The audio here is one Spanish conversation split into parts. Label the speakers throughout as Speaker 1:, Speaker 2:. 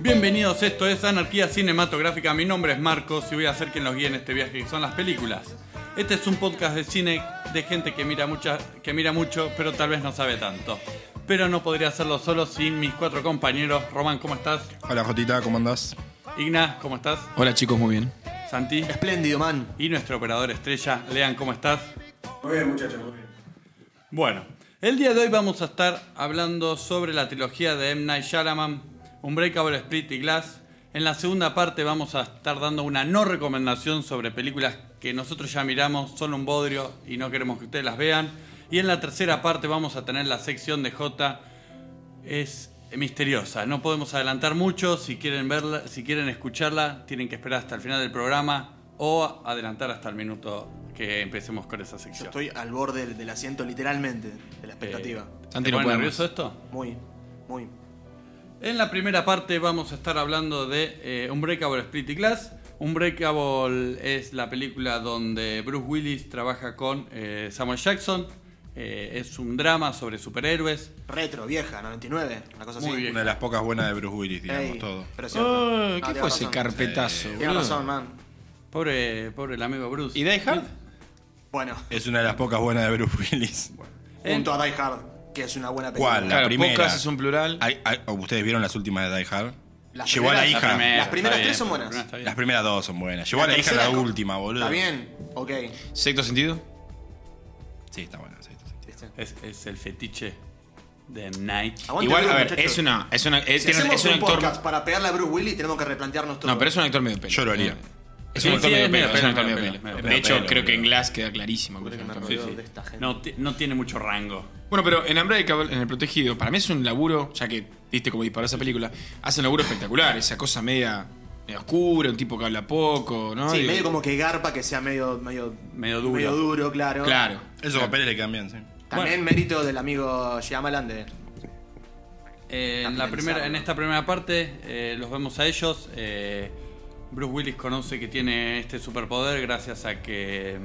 Speaker 1: Bienvenidos, esto es Anarquía Cinematográfica. Mi nombre es Marcos y voy a ser quien los guíe en este viaje, que son las películas. Este es un podcast de cine de gente que mira, mucha, que mira mucho, pero tal vez no sabe tanto. Pero no podría hacerlo solo sin mis cuatro compañeros. Román, ¿cómo estás?
Speaker 2: Hola Jotita, ¿cómo andás?
Speaker 1: Igna, ¿cómo estás?
Speaker 3: Hola chicos, muy bien.
Speaker 1: Santi.
Speaker 4: Espléndido, man.
Speaker 1: Y nuestro operador estrella, Lean, ¿cómo estás?
Speaker 5: Muy bien, muchachos, muy bien.
Speaker 1: Bueno, el día de hoy vamos a estar hablando sobre la trilogía de M. Night Shyamalan, Unbreakable Split y Glass. En la segunda parte vamos a estar dando una no recomendación sobre películas que nosotros ya miramos, son un bodrio y no queremos que ustedes las vean. Y en la tercera parte vamos a tener la sección de J. Es misteriosa, no podemos adelantar mucho. Si quieren verla, si quieren escucharla, tienen que esperar hasta el final del programa o adelantar hasta el minuto que empecemos con esa
Speaker 4: Yo
Speaker 1: sección.
Speaker 4: estoy al borde del, del asiento, literalmente, de la expectativa.
Speaker 1: Eh,
Speaker 3: Santi,
Speaker 1: ¿te
Speaker 3: no
Speaker 1: pone
Speaker 3: puede
Speaker 1: nervioso esto?
Speaker 4: Muy, muy.
Speaker 1: En la primera parte vamos a estar hablando de eh, Unbreakable Split Glass. Unbreakable es la película donde Bruce Willis trabaja con eh, Samuel Jackson. Eh, es un drama sobre superhéroes.
Speaker 4: Retro, vieja, 99, una cosa así.
Speaker 1: Muy bien.
Speaker 2: Una de las pocas buenas de Bruce Willis, digamos
Speaker 4: Ey,
Speaker 2: todo.
Speaker 4: Pero
Speaker 3: Ah, Eh, ¿Qué
Speaker 4: cierto. No,
Speaker 3: fue
Speaker 4: tenés
Speaker 3: ese
Speaker 4: razón.
Speaker 3: carpetazo?
Speaker 4: Tienes
Speaker 3: boludo?
Speaker 4: razón, man.
Speaker 1: Pobre, pobre el amigo Bruce.
Speaker 3: ¿Y Die Hard?
Speaker 4: Bueno,
Speaker 2: Es una de las pocas buenas de Bruce Willis.
Speaker 4: junto a Die Hard, que es una buena película.
Speaker 2: ¿Cuál? La
Speaker 3: Claro,
Speaker 2: primera.
Speaker 3: pocas es un plural.
Speaker 2: Ay, ay, oh, ¿Ustedes vieron las últimas de Die Hard?
Speaker 4: Las
Speaker 2: Llevó a la
Speaker 4: primeras-
Speaker 2: hija.
Speaker 4: la primera. Las primeras
Speaker 1: está
Speaker 4: tres son
Speaker 1: la
Speaker 4: buenas.
Speaker 1: primera está bien.
Speaker 2: Las primeras dos son buenas. Llevó a la hija a
Speaker 4: tercera
Speaker 2: la
Speaker 4: co-
Speaker 2: última, boludo.
Speaker 4: Está bien, ok.
Speaker 3: ¿Sexto sentido?
Speaker 2: Sí, está buena. sí, está- sí.
Speaker 4: Viste.
Speaker 1: Es, es el fetiche de M. Night.
Speaker 4: Aguante
Speaker 3: Igual,
Speaker 4: Bruce,
Speaker 3: a ver,
Speaker 4: muchacho.
Speaker 3: es una. Es, una, es-
Speaker 4: Si
Speaker 3: tiene-
Speaker 4: hacemos
Speaker 3: es
Speaker 4: un,
Speaker 3: un actor.
Speaker 4: podcast para pegarle a Bruce Willis, tenemos que replantearnos todo.
Speaker 3: No, pero es un actor medio pelo.
Speaker 2: Yo lo haría.
Speaker 3: Es
Speaker 1: Sí,
Speaker 3: un actor
Speaker 1: sí,
Speaker 3: medio
Speaker 1: es
Speaker 3: pelo.
Speaker 1: medio
Speaker 3: Es un
Speaker 1: pelo,
Speaker 3: actor medio
Speaker 1: medio
Speaker 3: pelo.
Speaker 1: pelo,
Speaker 3: De
Speaker 2: medio
Speaker 3: hecho,
Speaker 2: pelo,
Speaker 3: creo que
Speaker 2: boludo.
Speaker 3: en Glass queda clarísimo. que es
Speaker 4: que
Speaker 3: un
Speaker 4: me
Speaker 3: actor
Speaker 4: rodeo.
Speaker 3: medio
Speaker 1: Sí, sí.
Speaker 4: de esta gente.
Speaker 1: No, ti- no tiene mucho rango.
Speaker 3: pelo. Bueno, pero en Unbreakable, en El Protegido, para mí es un laburo, ya que viste cómo disparó esa película, hace un laburo espectacular. Esa cosa media, media oscura, un tipo que habla poco, ¿no?
Speaker 4: Sí,
Speaker 3: Digo,
Speaker 4: medio como que garpa que sea medio, medio,
Speaker 1: Medio duro.
Speaker 4: medio duro, claro.
Speaker 3: Claro.
Speaker 2: Esos papeles le quedan bien, sí.
Speaker 4: También mérito del amigo Shyamalan de...
Speaker 1: Eh, en,
Speaker 4: Está
Speaker 1: la primera,
Speaker 4: finalizado,
Speaker 1: en
Speaker 4: ¿no?
Speaker 1: esta primera parte eh, los vemos a ellos. eh, Bruce Willis conoce que tiene este superpoder gracias a que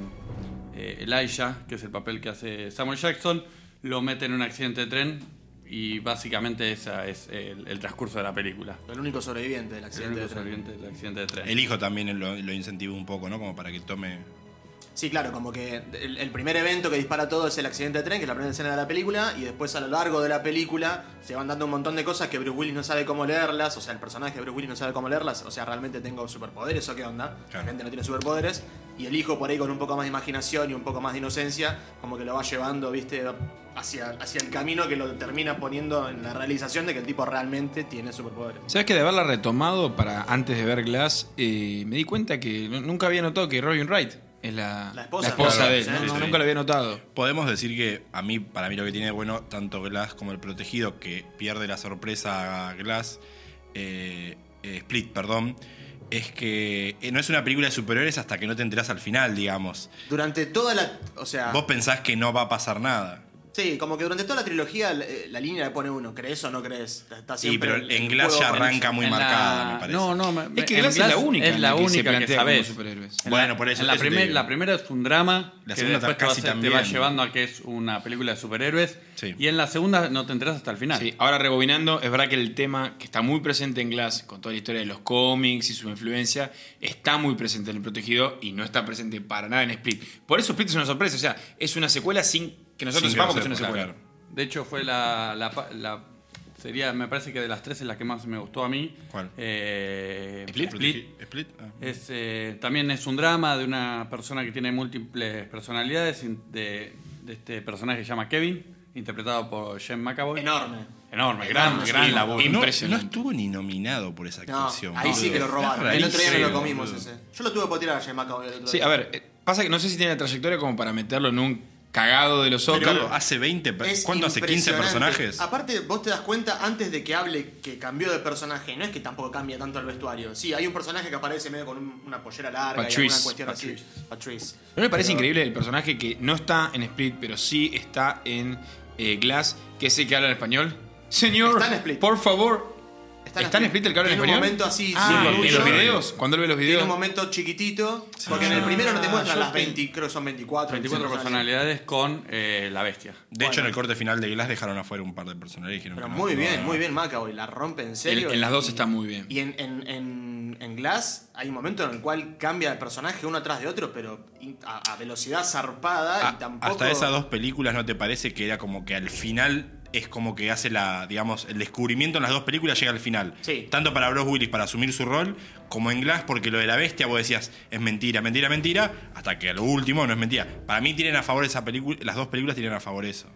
Speaker 1: eh, Elijah, que es el papel que hace Samuel Jackson, lo mete en un accidente de tren y básicamente ese es el, el transcurso de la película.
Speaker 4: El único sobreviviente
Speaker 1: El
Speaker 4: del accidente.
Speaker 1: único
Speaker 4: de tren.
Speaker 1: sobreviviente del accidente de tren.
Speaker 2: El hijo también lo, lo incentivó un poco, ¿no? Como para que tome.
Speaker 4: Sí, claro, como que el, el primer evento que dispara todo es el accidente de tren, que es la primera escena de la película, y después a lo largo de la película se van dando un montón de cosas que Bruce Willis no sabe cómo leerlas, o sea, el personaje de Bruce Willis no sabe cómo leerlas, o sea, realmente tengo superpoderes o qué onda, la
Speaker 2: Claro.
Speaker 4: gente no tiene superpoderes, y el hijo por ahí con un poco más de imaginación y un poco más de inocencia, como que lo va llevando, viste, hacia, hacia el camino que lo termina poniendo en la realización de que el tipo realmente tiene superpoderes.
Speaker 3: ¿Sabes que de haberla retomado para antes de ver Glass, eh, me di cuenta que no- nunca había notado que Robin Wright es la,
Speaker 4: La esposa,
Speaker 2: claro,
Speaker 3: de él?
Speaker 2: sí,
Speaker 3: No,
Speaker 2: sí,
Speaker 3: no,
Speaker 2: sí.
Speaker 3: Nunca lo había notado.
Speaker 2: Podemos decir que a mí, para mí lo que tiene de bueno tanto Glass como el protegido, que pierde la sorpresa a Glass, eh, eh, Split, perdón, es que eh, no es una película de superhéroes hasta que no te enterás al final, digamos.
Speaker 4: Durante toda la... O sea...
Speaker 2: Vos pensás que no va a pasar nada.
Speaker 4: Sí, como que durante toda la trilogía la, la línea le pone uno, ¿crees o no crees? Está
Speaker 2: Sí,
Speaker 4: siempre
Speaker 2: pero
Speaker 4: el-
Speaker 2: en
Speaker 4: el
Speaker 2: Glass
Speaker 4: juego
Speaker 2: ya
Speaker 4: con
Speaker 2: arranca
Speaker 4: eso.
Speaker 2: muy
Speaker 1: En la-
Speaker 2: marcada, me parece.
Speaker 1: No, no, me-
Speaker 3: Es que
Speaker 1: en
Speaker 3: Glass es la única
Speaker 1: Es
Speaker 3: en
Speaker 1: la
Speaker 3: la que se
Speaker 1: única que,
Speaker 3: plantea como
Speaker 1: sabes.
Speaker 3: superhéroes.
Speaker 1: En
Speaker 2: Bueno,
Speaker 1: la-
Speaker 2: por eso-
Speaker 1: En la,
Speaker 2: eso te
Speaker 1: primer-
Speaker 2: digo.
Speaker 1: la primera es un drama.
Speaker 2: La
Speaker 1: que
Speaker 2: segunda
Speaker 1: después te va,
Speaker 2: casi
Speaker 1: a hacer- te
Speaker 2: también.
Speaker 1: va llevando a que es una película de superhéroes.
Speaker 2: Sí.
Speaker 1: Y en la segunda no te enterás hasta el final.
Speaker 3: Sí, ahora rebobinando, es verdad que el tema que está muy presente en Glass, con toda la historia de los cómics y su influencia, está muy presente en El Protegido y no está presente para nada en Split. Por eso Split es una sorpresa, o sea, es una secuela sin que nosotros
Speaker 2: Sin que
Speaker 3: sepamos que es
Speaker 2: lo
Speaker 3: una
Speaker 2: sepa,
Speaker 3: secuela.
Speaker 2: claro.
Speaker 1: De hecho, fue la, la pa- la- Sería, me parece que de las tres es la que más me gustó a mí.
Speaker 2: ¿Cuál?
Speaker 1: Eh,
Speaker 3: ¿Split?
Speaker 1: Split.
Speaker 2: Split, ah.
Speaker 1: Es, eh, también es un drama de una persona que tiene múltiples personalidades. in- De, de este personaje que se llama Kevin, interpretado por Jen McAvoy.
Speaker 4: Enorme.
Speaker 1: Enorme, gran, gran labor.
Speaker 2: No- No,
Speaker 3: Impresionante.
Speaker 2: estuvo ni nominado por esa
Speaker 4: No,
Speaker 2: actuación.
Speaker 4: ahí sí que lo robaron.
Speaker 2: Es
Speaker 4: El otro día no lo
Speaker 2: rarísimo,
Speaker 4: comimos
Speaker 2: boludo.
Speaker 4: ese. Yo lo tuve por tirar a Jay Macaulay el otro
Speaker 3: Sí,
Speaker 4: día.
Speaker 3: a ver, eh, pasa que no sé si tiene la trayectoria como para meterlo en un cagado de los
Speaker 2: Pero
Speaker 3: Oscars.
Speaker 2: hace 20, per-
Speaker 4: Es
Speaker 2: ¿cuánto hace 15
Speaker 4: impresionante. Ah,
Speaker 2: personajes?
Speaker 4: Aparte, vos te das cuenta antes de que hable que cambió de personaje. No es que tampoco cambia tanto el vestuario. Sí, hay un personaje que aparece medio con un- una pollera larga y
Speaker 3: Patrice.
Speaker 4: alguna cuestión así. Patrice.
Speaker 3: Pero me parece
Speaker 4: Pero-
Speaker 3: increíble el personaje que no está en Split, pero sí está en eh, Glass, que es el que habla en español. Señor,
Speaker 4: Está en Split.
Speaker 3: por favor,
Speaker 4: Están
Speaker 3: ¿Está en Split el que habla en
Speaker 4: tiene
Speaker 3: español?
Speaker 4: un momento así.
Speaker 3: Ah,
Speaker 4: sin
Speaker 3: ¿y
Speaker 4: mucho.
Speaker 3: los videos? Cuando él ve los
Speaker 4: Tiene un
Speaker 3: videos.
Speaker 4: momento chiquitito. Porque Ah, en el primero no te muestran las 20, creo que son 24.
Speaker 1: 24 personalidades con eh, la bestia.
Speaker 2: De hecho, en el corte final de Glass dejaron afuera un par de personajes. dijeron
Speaker 4: Pero
Speaker 2: que no-
Speaker 4: muy
Speaker 2: no-
Speaker 4: bien, muy bien, Macaboy. La rompe en
Speaker 3: En,
Speaker 4: serio.
Speaker 3: en las dos
Speaker 4: Y-
Speaker 3: está muy bien.
Speaker 4: Y en, en- en- en Glass hay un momento en el cual cambia el personaje uno atrás de otro, pero in- a, a velocidad zarpada
Speaker 2: A-
Speaker 4: y tampoco.
Speaker 2: Ah, Hasta esas dos películas, ¿no te parece que era como que al final es como que hace la, digamos, el descubrimiento en las dos películas llega al final?
Speaker 4: Sí.
Speaker 2: Tanto para Bruce Willis para asumir su rol, como en Glass, porque lo de la bestia vos decías es mentira, mentira, mentira, hasta que a lo último no es mentira. Para mí tienen a favor esa película, las dos películas tienen a favor eso.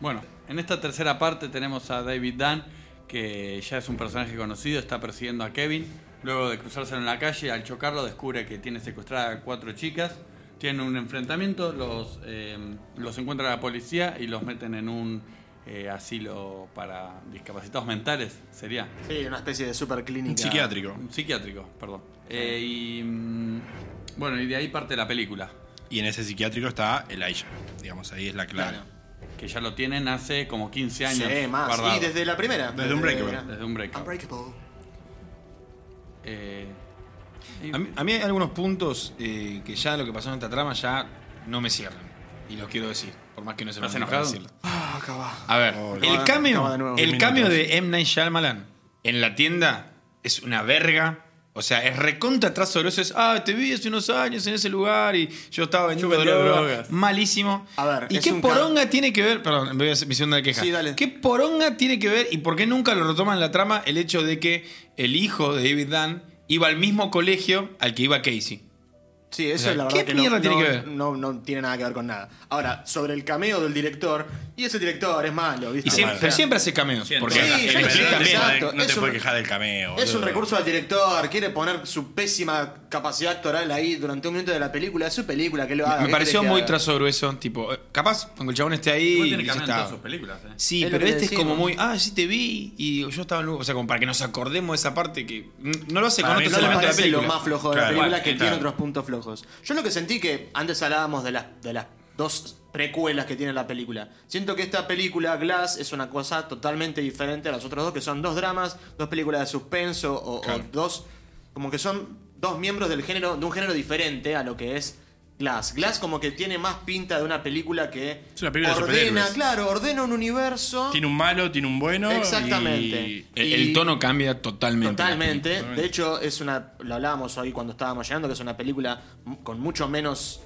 Speaker 1: Bueno, en esta tercera parte tenemos a David Dunn, que ya es un personaje conocido, está persiguiendo a Kevin. Luego de cruzárselo en la calle, al chocarlo, descubre que tiene secuestrada a cuatro chicas. Tienen un enfrentamiento, los, eh, los encuentra la policía y los meten en un eh, asilo para discapacitados mentales, sería.
Speaker 4: Sí, una especie de super clínica.
Speaker 2: Psiquiátrico.
Speaker 1: Un Psiquiátrico, perdón. Eh, y mm, bueno, y de ahí parte la película,
Speaker 2: Y en ese psiquiátrico está Elijah. Digamos, ahí es la clave.
Speaker 4: Claro.
Speaker 1: que ya lo tienen hace como 15
Speaker 4: Sí,
Speaker 1: años.
Speaker 4: más.
Speaker 1: guardado,
Speaker 4: Y desde la primera.
Speaker 2: Desde Unbreakable.
Speaker 1: desde un break.
Speaker 4: Unbreakable.
Speaker 1: Eh,
Speaker 3: A mí, a mí hay algunos puntos eh, que ya lo que pasó en esta trama ya no me cierran. Y los quiero decir, por más que no se me
Speaker 1: ¿Estás
Speaker 3: gusta
Speaker 1: enojado?
Speaker 3: decirlo.
Speaker 4: Ah, acabá.
Speaker 3: A ver,
Speaker 2: Oh,
Speaker 4: acaba-
Speaker 3: el
Speaker 4: acaba de
Speaker 3: cambio,
Speaker 4: nuevo.
Speaker 3: el
Speaker 2: Minutos.
Speaker 3: cambio de M. Night Shyamalan en la tienda es una verga. O sea, es recontra atrás doloroso. Es, ah, te vi hace unos años en ese lugar y yo estaba vendiendo
Speaker 1: vendía
Speaker 3: droga".
Speaker 1: drogas.
Speaker 3: Malísimo.
Speaker 4: A ver,
Speaker 3: ¿y
Speaker 4: es
Speaker 3: qué
Speaker 4: un
Speaker 3: poronga tiene que ver? Perdón, me voy a hacer misión de la queja.
Speaker 4: Sí, dale.
Speaker 3: ¿Qué poronga tiene que ver y por qué nunca lo retoman en la trama el hecho de que el hijo de David Dunn iba al mismo colegio al que iba Casey?
Speaker 4: Sí, eso
Speaker 3: O sea,
Speaker 4: es la
Speaker 3: ¿qué
Speaker 4: verdad que no-
Speaker 3: mierda
Speaker 4: no,
Speaker 3: tiene que ver?
Speaker 4: No, no tiene nada que ver con nada. Ahora, sobre el cameo del director, y ese director es malo, ¿viste?
Speaker 3: Y siempre,
Speaker 4: O sea,
Speaker 3: pero siempre hace cameos.
Speaker 2: Siempre.
Speaker 4: Sí,
Speaker 3: Porque el
Speaker 4: yo
Speaker 2: Pero
Speaker 4: lo
Speaker 2: no
Speaker 3: Split
Speaker 4: sé,
Speaker 2: te
Speaker 3: también.
Speaker 4: exacto.
Speaker 2: podés- no
Speaker 4: es
Speaker 2: te
Speaker 4: un-
Speaker 2: puedes quejar del cameo.
Speaker 4: Es un
Speaker 2: boludo.
Speaker 4: recurso al director, quiere poner su pésima capacidad actoral ahí durante un minuto de la película. Es su película, que lo haga.
Speaker 3: Me
Speaker 4: ¿qué
Speaker 3: pareció
Speaker 4: querés que
Speaker 3: muy
Speaker 4: haga?
Speaker 3: trazo grueso. Tipo, eh, capaz, cuando el chabón esté ahí.
Speaker 1: Igual tiene
Speaker 3: ya
Speaker 1: que hablar en
Speaker 3: está.
Speaker 1: todas sus películas, ¿eh?
Speaker 3: Sí,
Speaker 4: Es lo
Speaker 3: pero
Speaker 4: que
Speaker 3: este es
Speaker 4: decimos.
Speaker 3: como muy. Ah, sí te vi. Y yo estaba en lugar. O sea, como para que nos acordemos de esa parte que. mm, No lo hace
Speaker 2: Para
Speaker 3: con
Speaker 2: mí
Speaker 3: otros
Speaker 2: se
Speaker 4: No le
Speaker 3: elementos de la
Speaker 4: parece lo
Speaker 3: película.
Speaker 4: más flojo de
Speaker 2: Claro.
Speaker 4: la película
Speaker 2: Bueno,
Speaker 4: que
Speaker 2: claro.
Speaker 4: tiene otros puntos flojos. Yo lo que sentí que antes hablábamos de las, de las dos precuelas que tiene la película. Siento que esta película, Glass, es una cosa totalmente diferente a las otras dos, que son dos dramas, dos películas de suspenso o, o
Speaker 2: Claro.
Speaker 4: dos. como que son dos miembros del género, de un género diferente a lo que es. Glass. Glass como que tiene más pinta de una película que
Speaker 2: Es una película de
Speaker 4: ordena,
Speaker 2: superhéroes.
Speaker 4: claro, ordena un universo.
Speaker 2: Tiene un malo, tiene un bueno.
Speaker 4: Exactamente.
Speaker 2: y-
Speaker 3: El,
Speaker 4: Y-
Speaker 3: el tono cambia totalmente.
Speaker 4: Totalmente.
Speaker 2: Totalmente.
Speaker 4: De hecho, es una. Lo hablábamos hoy cuando estábamos llegando, que es una película m- con mucho menos.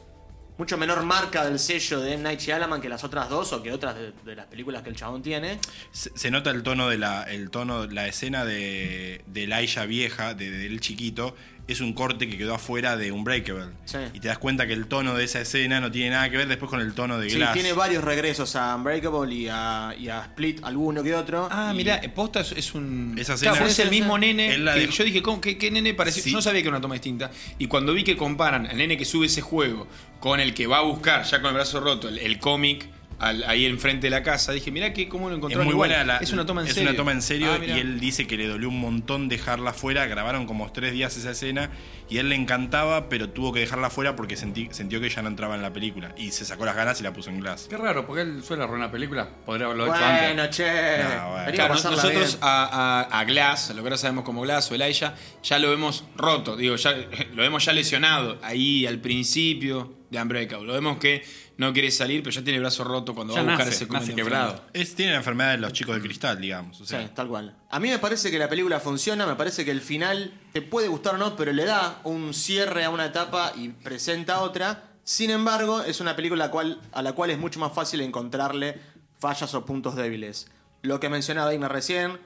Speaker 4: Mucho menor marca del sello de M. Night Shyamalan que las otras dos o que otras de, de las películas que el chabón tiene.
Speaker 2: Se, se nota el tono de la, el tono, la escena de, de Laisha vieja, de, del chiquito, es un corte que quedó afuera de Unbreakable.
Speaker 4: Sí.
Speaker 2: Y te das cuenta que el tono de esa escena no tiene nada que ver después con el tono de
Speaker 4: Sí,
Speaker 2: Glass.
Speaker 4: tiene varios regresos a Unbreakable y a, y a Split, alguno que otro.
Speaker 3: Ah, mirá, posta es, es un.
Speaker 2: Esa
Speaker 3: Claro,
Speaker 2: escena-
Speaker 3: es el mismo nene.
Speaker 2: Él la
Speaker 3: que
Speaker 2: dejó-
Speaker 3: Yo dije, ¿cómo? ¿Qué, qué nene pareció?
Speaker 2: Sí.
Speaker 3: Yo no sabía que era una toma distinta. Y cuando vi que comparan el nene que sube ese juego con el que va a buscar, ya con el brazo roto, el, el cómic al- ahí enfrente de la casa, dije, mirá que cómo lo
Speaker 2: es
Speaker 3: encontraron.
Speaker 2: muy
Speaker 3: igual.
Speaker 2: buena la-
Speaker 3: Es una toma en
Speaker 2: es
Speaker 3: serio.
Speaker 2: una toma en serio
Speaker 3: Ah, mirá.
Speaker 2: y él dice que le dolió un montón dejarla afuera. Grabaron como tres días esa escena y a él le encantaba, pero tuvo que dejarla afuera porque sentí- sintió que ya no entraba en la película. Y se sacó las ganas y la puso en Glass.
Speaker 1: Qué raro, porque él suele arruinar películas. Podría haberlo hecho antes.
Speaker 4: bueno, che.
Speaker 2: No, bueno.
Speaker 4: Venía a
Speaker 3: Claro,
Speaker 4: pasarla
Speaker 3: nosotros
Speaker 4: bien.
Speaker 3: a, a- a Glass, a lo que ahora sabemos como Glass o Elijah, ya lo vemos roto, digo, ya lo vemos ya lesionado ahí al principio de Unbreakable. Lo vemos que no quiere salir, pero ya tiene el brazo roto cuando
Speaker 1: Ya
Speaker 3: va a buscar
Speaker 1: nace,
Speaker 3: ese
Speaker 1: nace
Speaker 3: cómic
Speaker 1: quebrado.
Speaker 2: Es, tiene la enfermedad de los chicos de cristal, digamos. o
Speaker 4: Sí,
Speaker 2: sea.
Speaker 4: tal cual. A mí me parece que la película funciona, me parece que el final te puede gustar o no, pero le da un cierre a una etapa y presenta otra. Sin embargo, es una película a la cual, a la cual es mucho más fácil encontrarle fallas o puntos débiles. Lo que mencionaba Igna recién,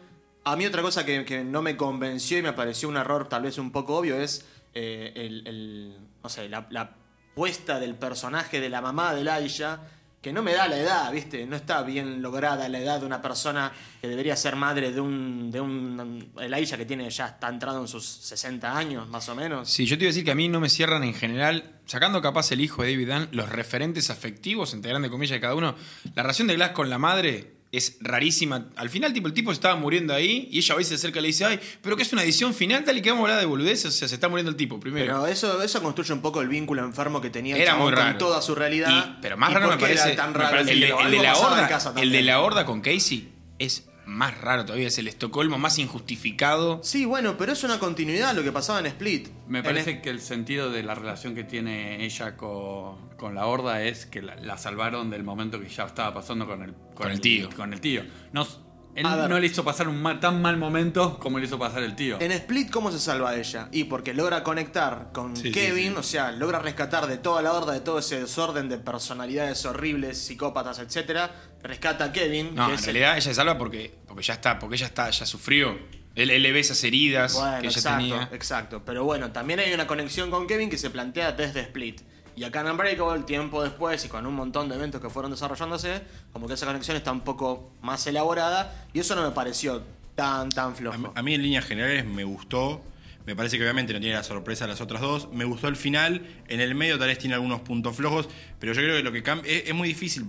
Speaker 4: a mí otra cosa que, que no me convenció y me pareció un error tal vez un poco obvio es eh, el, el- no sé, la, la puesta del personaje de la mamá de Laisha, que no me da la edad, ¿viste? No está bien lograda la edad de una persona que debería ser madre de un... De un Elijah que tiene ya está entrado en sus 60 años, más o menos.
Speaker 3: Sí, yo te iba a decir que a mí no me cierran en general, sacando capaz el hijo de David Dunn, los referentes afectivos, entre grandes comillas, de cada uno. La relación de Glass con la madre es rarísima. Al final, tipo, el tipo se estaba muriendo ahí y ella va y se acerca y le dice, ay, pero que es una edición final, tal y que vamos a hablar de boludeces. O sea, se está muriendo el tipo primero.
Speaker 4: Pero eso, eso construye un poco el vínculo enfermo que tenía el
Speaker 3: era
Speaker 4: chabón
Speaker 3: muy raro.
Speaker 4: con toda su realidad.
Speaker 3: Y- pero más
Speaker 4: ¿Y
Speaker 3: raro
Speaker 4: por
Speaker 3: me
Speaker 4: qué era
Speaker 3: parece,
Speaker 4: tan
Speaker 3: me
Speaker 4: raro
Speaker 3: parece el, de,
Speaker 4: libro?
Speaker 3: el de
Speaker 4: Algo
Speaker 3: la
Speaker 4: pasaba en
Speaker 3: horda,
Speaker 4: casa
Speaker 3: el
Speaker 4: también.
Speaker 3: de la horda con Casey es más raro todavía, es el Estocolmo más injustificado.
Speaker 4: Sí, bueno, pero es una continuidad lo que pasaba en Split.
Speaker 1: Me
Speaker 4: En
Speaker 1: parece que el sentido de la relación que tiene ella con, con la horda es que la, la salvaron del momento que ya estaba pasando con el,
Speaker 3: Con el tío.
Speaker 1: Con el tío. No, él
Speaker 4: A ver.
Speaker 1: no le hizo pasar un ma- tan mal momento como le hizo pasar el tío.
Speaker 4: En Split, ¿cómo se salva ella? Y porque logra conectar con
Speaker 2: Sí, sí,
Speaker 4: Kevin,
Speaker 2: sí.
Speaker 4: o sea, logra rescatar de toda la horda, de todo ese desorden de personalidades horribles, psicópatas, etcétera. Rescata a Kevin.
Speaker 3: No,
Speaker 4: que
Speaker 3: en
Speaker 4: es el-
Speaker 3: realidad ella se salva porque, porque ya está, porque ella está, ya sufrió. Él, él le ve esas heridas
Speaker 4: Bueno,
Speaker 3: que ella
Speaker 4: exacto,
Speaker 3: tenía.
Speaker 4: exacto. Pero bueno, también hay una conexión con Kevin que se plantea desde Split. Y acá en Unbreakable, tiempo después y con un montón de eventos que fueron desarrollándose, como que esa conexión está un poco más elaborada y eso no me pareció tan, tan
Speaker 2: A,
Speaker 4: flojo.
Speaker 2: a mí en líneas generales me gustó. Me parece que obviamente no tiene la sorpresa de las otras dos. Me gustó el final. En el medio tal vez tiene algunos puntos flojos. Pero yo creo que lo que cambia... Es, es muy difícil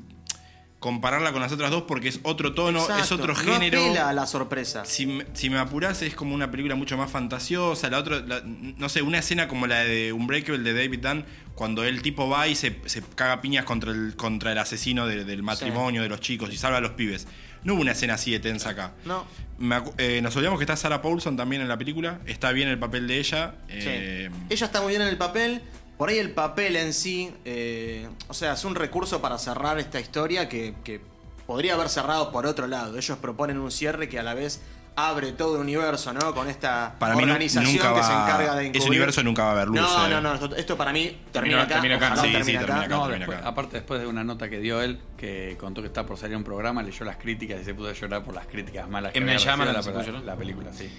Speaker 2: compararla con las otras dos porque es otro tono, es
Speaker 4: Exacto,
Speaker 2: otro
Speaker 4: no
Speaker 2: género.
Speaker 4: apela a la sorpresa.
Speaker 2: Si, me- si me apurás es como una película mucho más fantasiosa. La otra, la- no sé, una escena como la de Unbreakable de David Dunn, cuando el tipo va y se, se caga a piñas contra el, contra el asesino de- del matrimonio, de los chicos, y salva a los pibes. No hubo una escena así de tensa acá.
Speaker 4: No.
Speaker 2: Me acu- eh, nos olvidamos que está Sarah Paulson también en la película. Está bien el papel de ella.
Speaker 4: Sí.
Speaker 2: eh,
Speaker 4: Ella está muy bien en el papel. Por ahí el papel en sí, eh, o sea, es un recurso para cerrar esta historia que, que podría haber cerrado por otro lado. Ellos proponen un cierre que a la vez abre todo el universo, ¿no? Con esta
Speaker 2: Para mí nu-
Speaker 4: organización
Speaker 2: nunca
Speaker 4: que se
Speaker 2: va-
Speaker 4: encarga de
Speaker 2: ese
Speaker 4: encubrir.
Speaker 2: universo nunca va a ver luz,
Speaker 4: No,
Speaker 2: eh.
Speaker 4: no, no. Esto, esto para mí termina
Speaker 3: Termina-
Speaker 4: acá.
Speaker 3: termina acá.
Speaker 4: ojalá
Speaker 2: Sí, sí,
Speaker 4: termine
Speaker 2: termina acá.
Speaker 1: No,
Speaker 2: termina
Speaker 1: después-
Speaker 2: acá.
Speaker 1: aparte después de una nota que dio él, que contó que está por salir un programa, leyó las críticas y se pudo llorar por las críticas malas
Speaker 2: Eh,
Speaker 1: que
Speaker 3: M.
Speaker 1: había
Speaker 3: Night Shyamalan
Speaker 1: recibido
Speaker 3: se
Speaker 1: la,
Speaker 3: puso a llorar.
Speaker 1: la película, sí.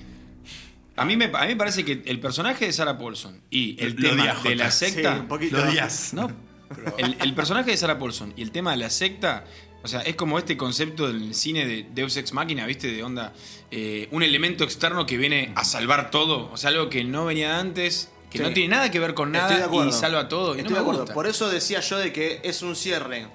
Speaker 3: A mí, me, a mí me parece que el personaje de Sarah Paulson y el
Speaker 2: Lo
Speaker 3: tema
Speaker 2: odias,
Speaker 3: de la
Speaker 2: Jota.
Speaker 3: secta.
Speaker 4: Sí, un poquito.
Speaker 2: Los días.
Speaker 1: No,
Speaker 3: el, el personaje de Sarah Paulson y el tema de la secta, o sea, es como este concepto del cine de Deus Ex Machina, ¿viste? De onda, eh, un elemento externo que viene a salvar todo, o sea, algo que no venía antes, que
Speaker 4: Sí.
Speaker 3: no tiene nada que ver con nada
Speaker 4: Estoy de acuerdo.
Speaker 3: y salva todo. Y
Speaker 4: Estoy
Speaker 3: no me
Speaker 4: de acuerdo.
Speaker 3: gusta.
Speaker 4: Por eso decía yo de que es un cierre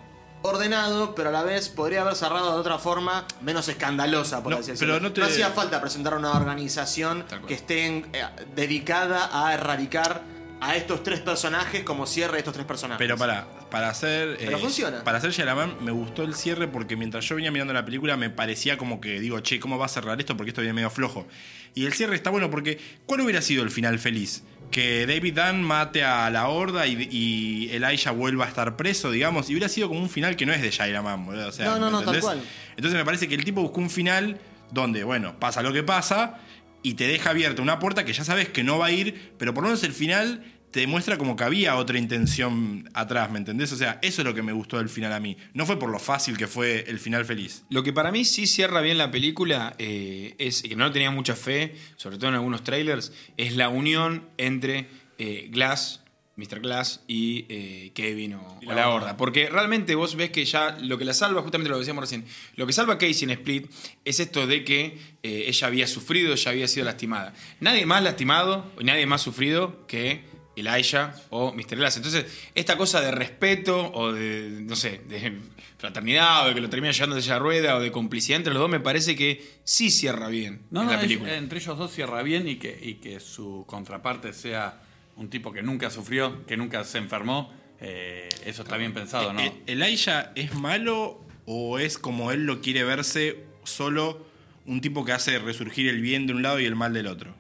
Speaker 4: ordenado, pero a la vez podría haber cerrado de otra forma menos escandalosa, por
Speaker 2: No,
Speaker 4: así decirlo.
Speaker 2: pero no te-
Speaker 4: hacía falta presentar una organización
Speaker 3: Tal cual.
Speaker 4: que esté en- eh, dedicada a erradicar a estos tres personajes como cierre de estos tres personajes.
Speaker 2: Pero para, para hacer. eh,
Speaker 4: Pero funciona.
Speaker 2: Para hacer Yalamán me gustó el cierre porque mientras yo venía mirando la película me parecía como que digo, che, ¿cómo va a cerrar esto? Porque esto viene medio flojo. Y el cierre está bueno porque. ¿Cuál hubiera sido el final feliz? Que David Dunn mate a la horda y, y Elijah vuelva a estar preso, digamos. Y hubiera sido como un final que no es de Yalamán, boludo. O sea,
Speaker 4: No, no,
Speaker 2: ¿me
Speaker 4: no, tal
Speaker 2: entendés?
Speaker 4: cual.
Speaker 2: Entonces me parece que el tipo buscó un final donde, bueno, pasa lo que pasa y te deja abierta una puerta que ya sabes que no va a ir, pero por lo menos el final te demuestra como que había otra intención atrás, ¿me entendés? O sea, eso es lo que me gustó del final a mí. No fue por lo fácil que fue el final feliz.
Speaker 3: Lo que para mí sí cierra bien la película, eh, es que no tenía mucha fe, sobre todo en algunos trailers, es la unión entre eh, Glass, Mr. Glass y eh, Kevin o, o la Horda. Porque realmente vos ves que ya lo que la salva, justamente lo que decíamos recién, lo que salva a Casey en Split es esto de que eh, ella había sufrido, ella había sido lastimada. Nadie más lastimado y nadie más sufrido que Elijah o Mr. Glass. Entonces, esta cosa de respeto o de, no sé, de fraternidad o de que lo termina llevando de esa rueda o de complicidad entre los dos, me parece que sí cierra bien
Speaker 1: No,
Speaker 3: en
Speaker 1: no,
Speaker 3: la
Speaker 1: es-
Speaker 3: película.
Speaker 1: entre ellos dos cierra bien y que, y que su contraparte sea un tipo que nunca sufrió, que nunca se enfermó. eh, eso está bien pensado, ¿no?
Speaker 2: ¿E- ¿Elijah es malo o es como él lo quiere verse solo un tipo que hace resurgir el bien de un lado y el mal del otro?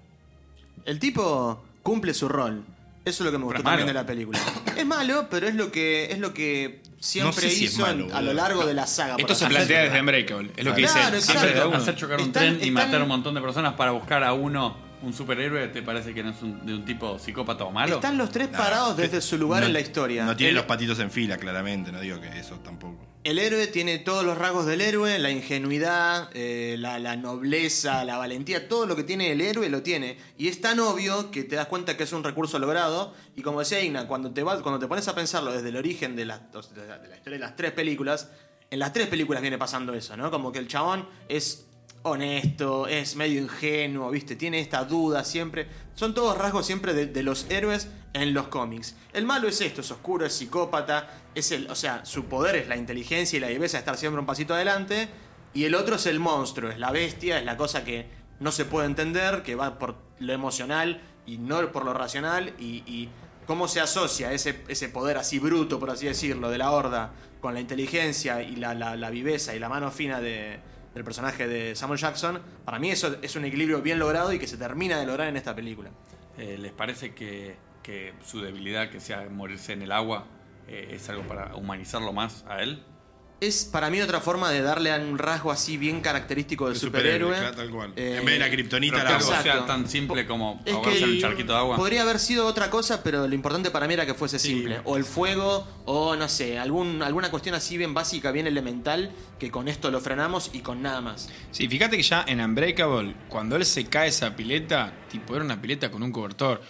Speaker 4: El tipo cumple su rol. Eso es lo que
Speaker 1: Pero
Speaker 4: me gustó
Speaker 1: es
Speaker 4: también
Speaker 1: malo.
Speaker 4: de la película. Es malo, pero es lo que, es lo que siempre
Speaker 2: sé si es
Speaker 4: hizo
Speaker 2: malo,
Speaker 4: en- a lo
Speaker 2: boludo.
Speaker 4: largo de la saga. por
Speaker 3: Esto se
Speaker 4: así
Speaker 3: plantea
Speaker 4: decirlo.
Speaker 3: desde Unbreakable, es lo que
Speaker 4: Claro,
Speaker 3: dice
Speaker 4: exacto.
Speaker 3: siempre de uno.
Speaker 1: Hacer chocar un
Speaker 4: Están-
Speaker 1: tren y
Speaker 4: están-
Speaker 1: matar a un montón de personas para buscar a uno, un superhéroe, ¿te parece que no es un- de un tipo psicópata o malo?
Speaker 4: Están los tres
Speaker 2: Nah,
Speaker 4: parados
Speaker 2: que-
Speaker 4: desde su lugar
Speaker 2: no-
Speaker 4: en la historia.
Speaker 2: No tiene
Speaker 4: El-
Speaker 2: los patitos en fila, claramente, no digo que eso tampoco.
Speaker 4: El héroe tiene todos los rasgos del héroe, la ingenuidad, eh, la, la nobleza, la valentía, todo lo que tiene el héroe lo tiene. Y es tan obvio que te das cuenta que es un recurso logrado. Y como decía Igna, cuando te, vas, cuando te pones a pensarlo desde el origen de la, de la- de la historia de las tres películas, en las tres películas viene pasando eso, ¿no? Como que el chabón es honesto, es medio ingenuo, ¿viste? Tiene esta duda siempre. Son todos rasgos siempre de, de los héroes en los cómics. El malo es esto, es oscuro, es psicópata, es el, o sea, su poder es la inteligencia y la viveza de estar siempre un pasito adelante. Y el otro es el monstruo, es la bestia, es la cosa que no se puede entender, que va por lo emocional y no por lo racional. Y, y cómo se asocia ese, ese poder así bruto, por así decirlo, de la horda, con la inteligencia y la, la- la viveza y la mano fina de, del personaje de Samuel Jackson, para mí eso es un equilibrio bien logrado y que se termina de lograr en esta película.
Speaker 1: Eh, ¿Les parece que, que su debilidad, que sea morirse en el agua, eh, es algo para humanizarlo más a él?
Speaker 4: Es para mí otra forma de darle un rasgo así bien característico del
Speaker 2: El
Speaker 4: superhéroe.
Speaker 2: claro, tal cual.
Speaker 4: Eh,
Speaker 2: en vez de la
Speaker 1: Pero
Speaker 2: kriptonita,
Speaker 1: que
Speaker 2: la
Speaker 1: algo
Speaker 4: Exacto.
Speaker 1: sea tan simple como
Speaker 4: Es
Speaker 1: ahogarse en
Speaker 4: que
Speaker 1: un charquito de agua.
Speaker 4: Podría haber sido otra cosa, pero lo importante para mí era que fuese simple. O el fuego, o no sé, algún, alguna cuestión así bien básica, bien elemental, que con esto lo frenamos y con nada más.
Speaker 3: Sí, fíjate que ya en Unbreakable, cuando él se cae esa pileta, tipo era una pileta con un cobertor.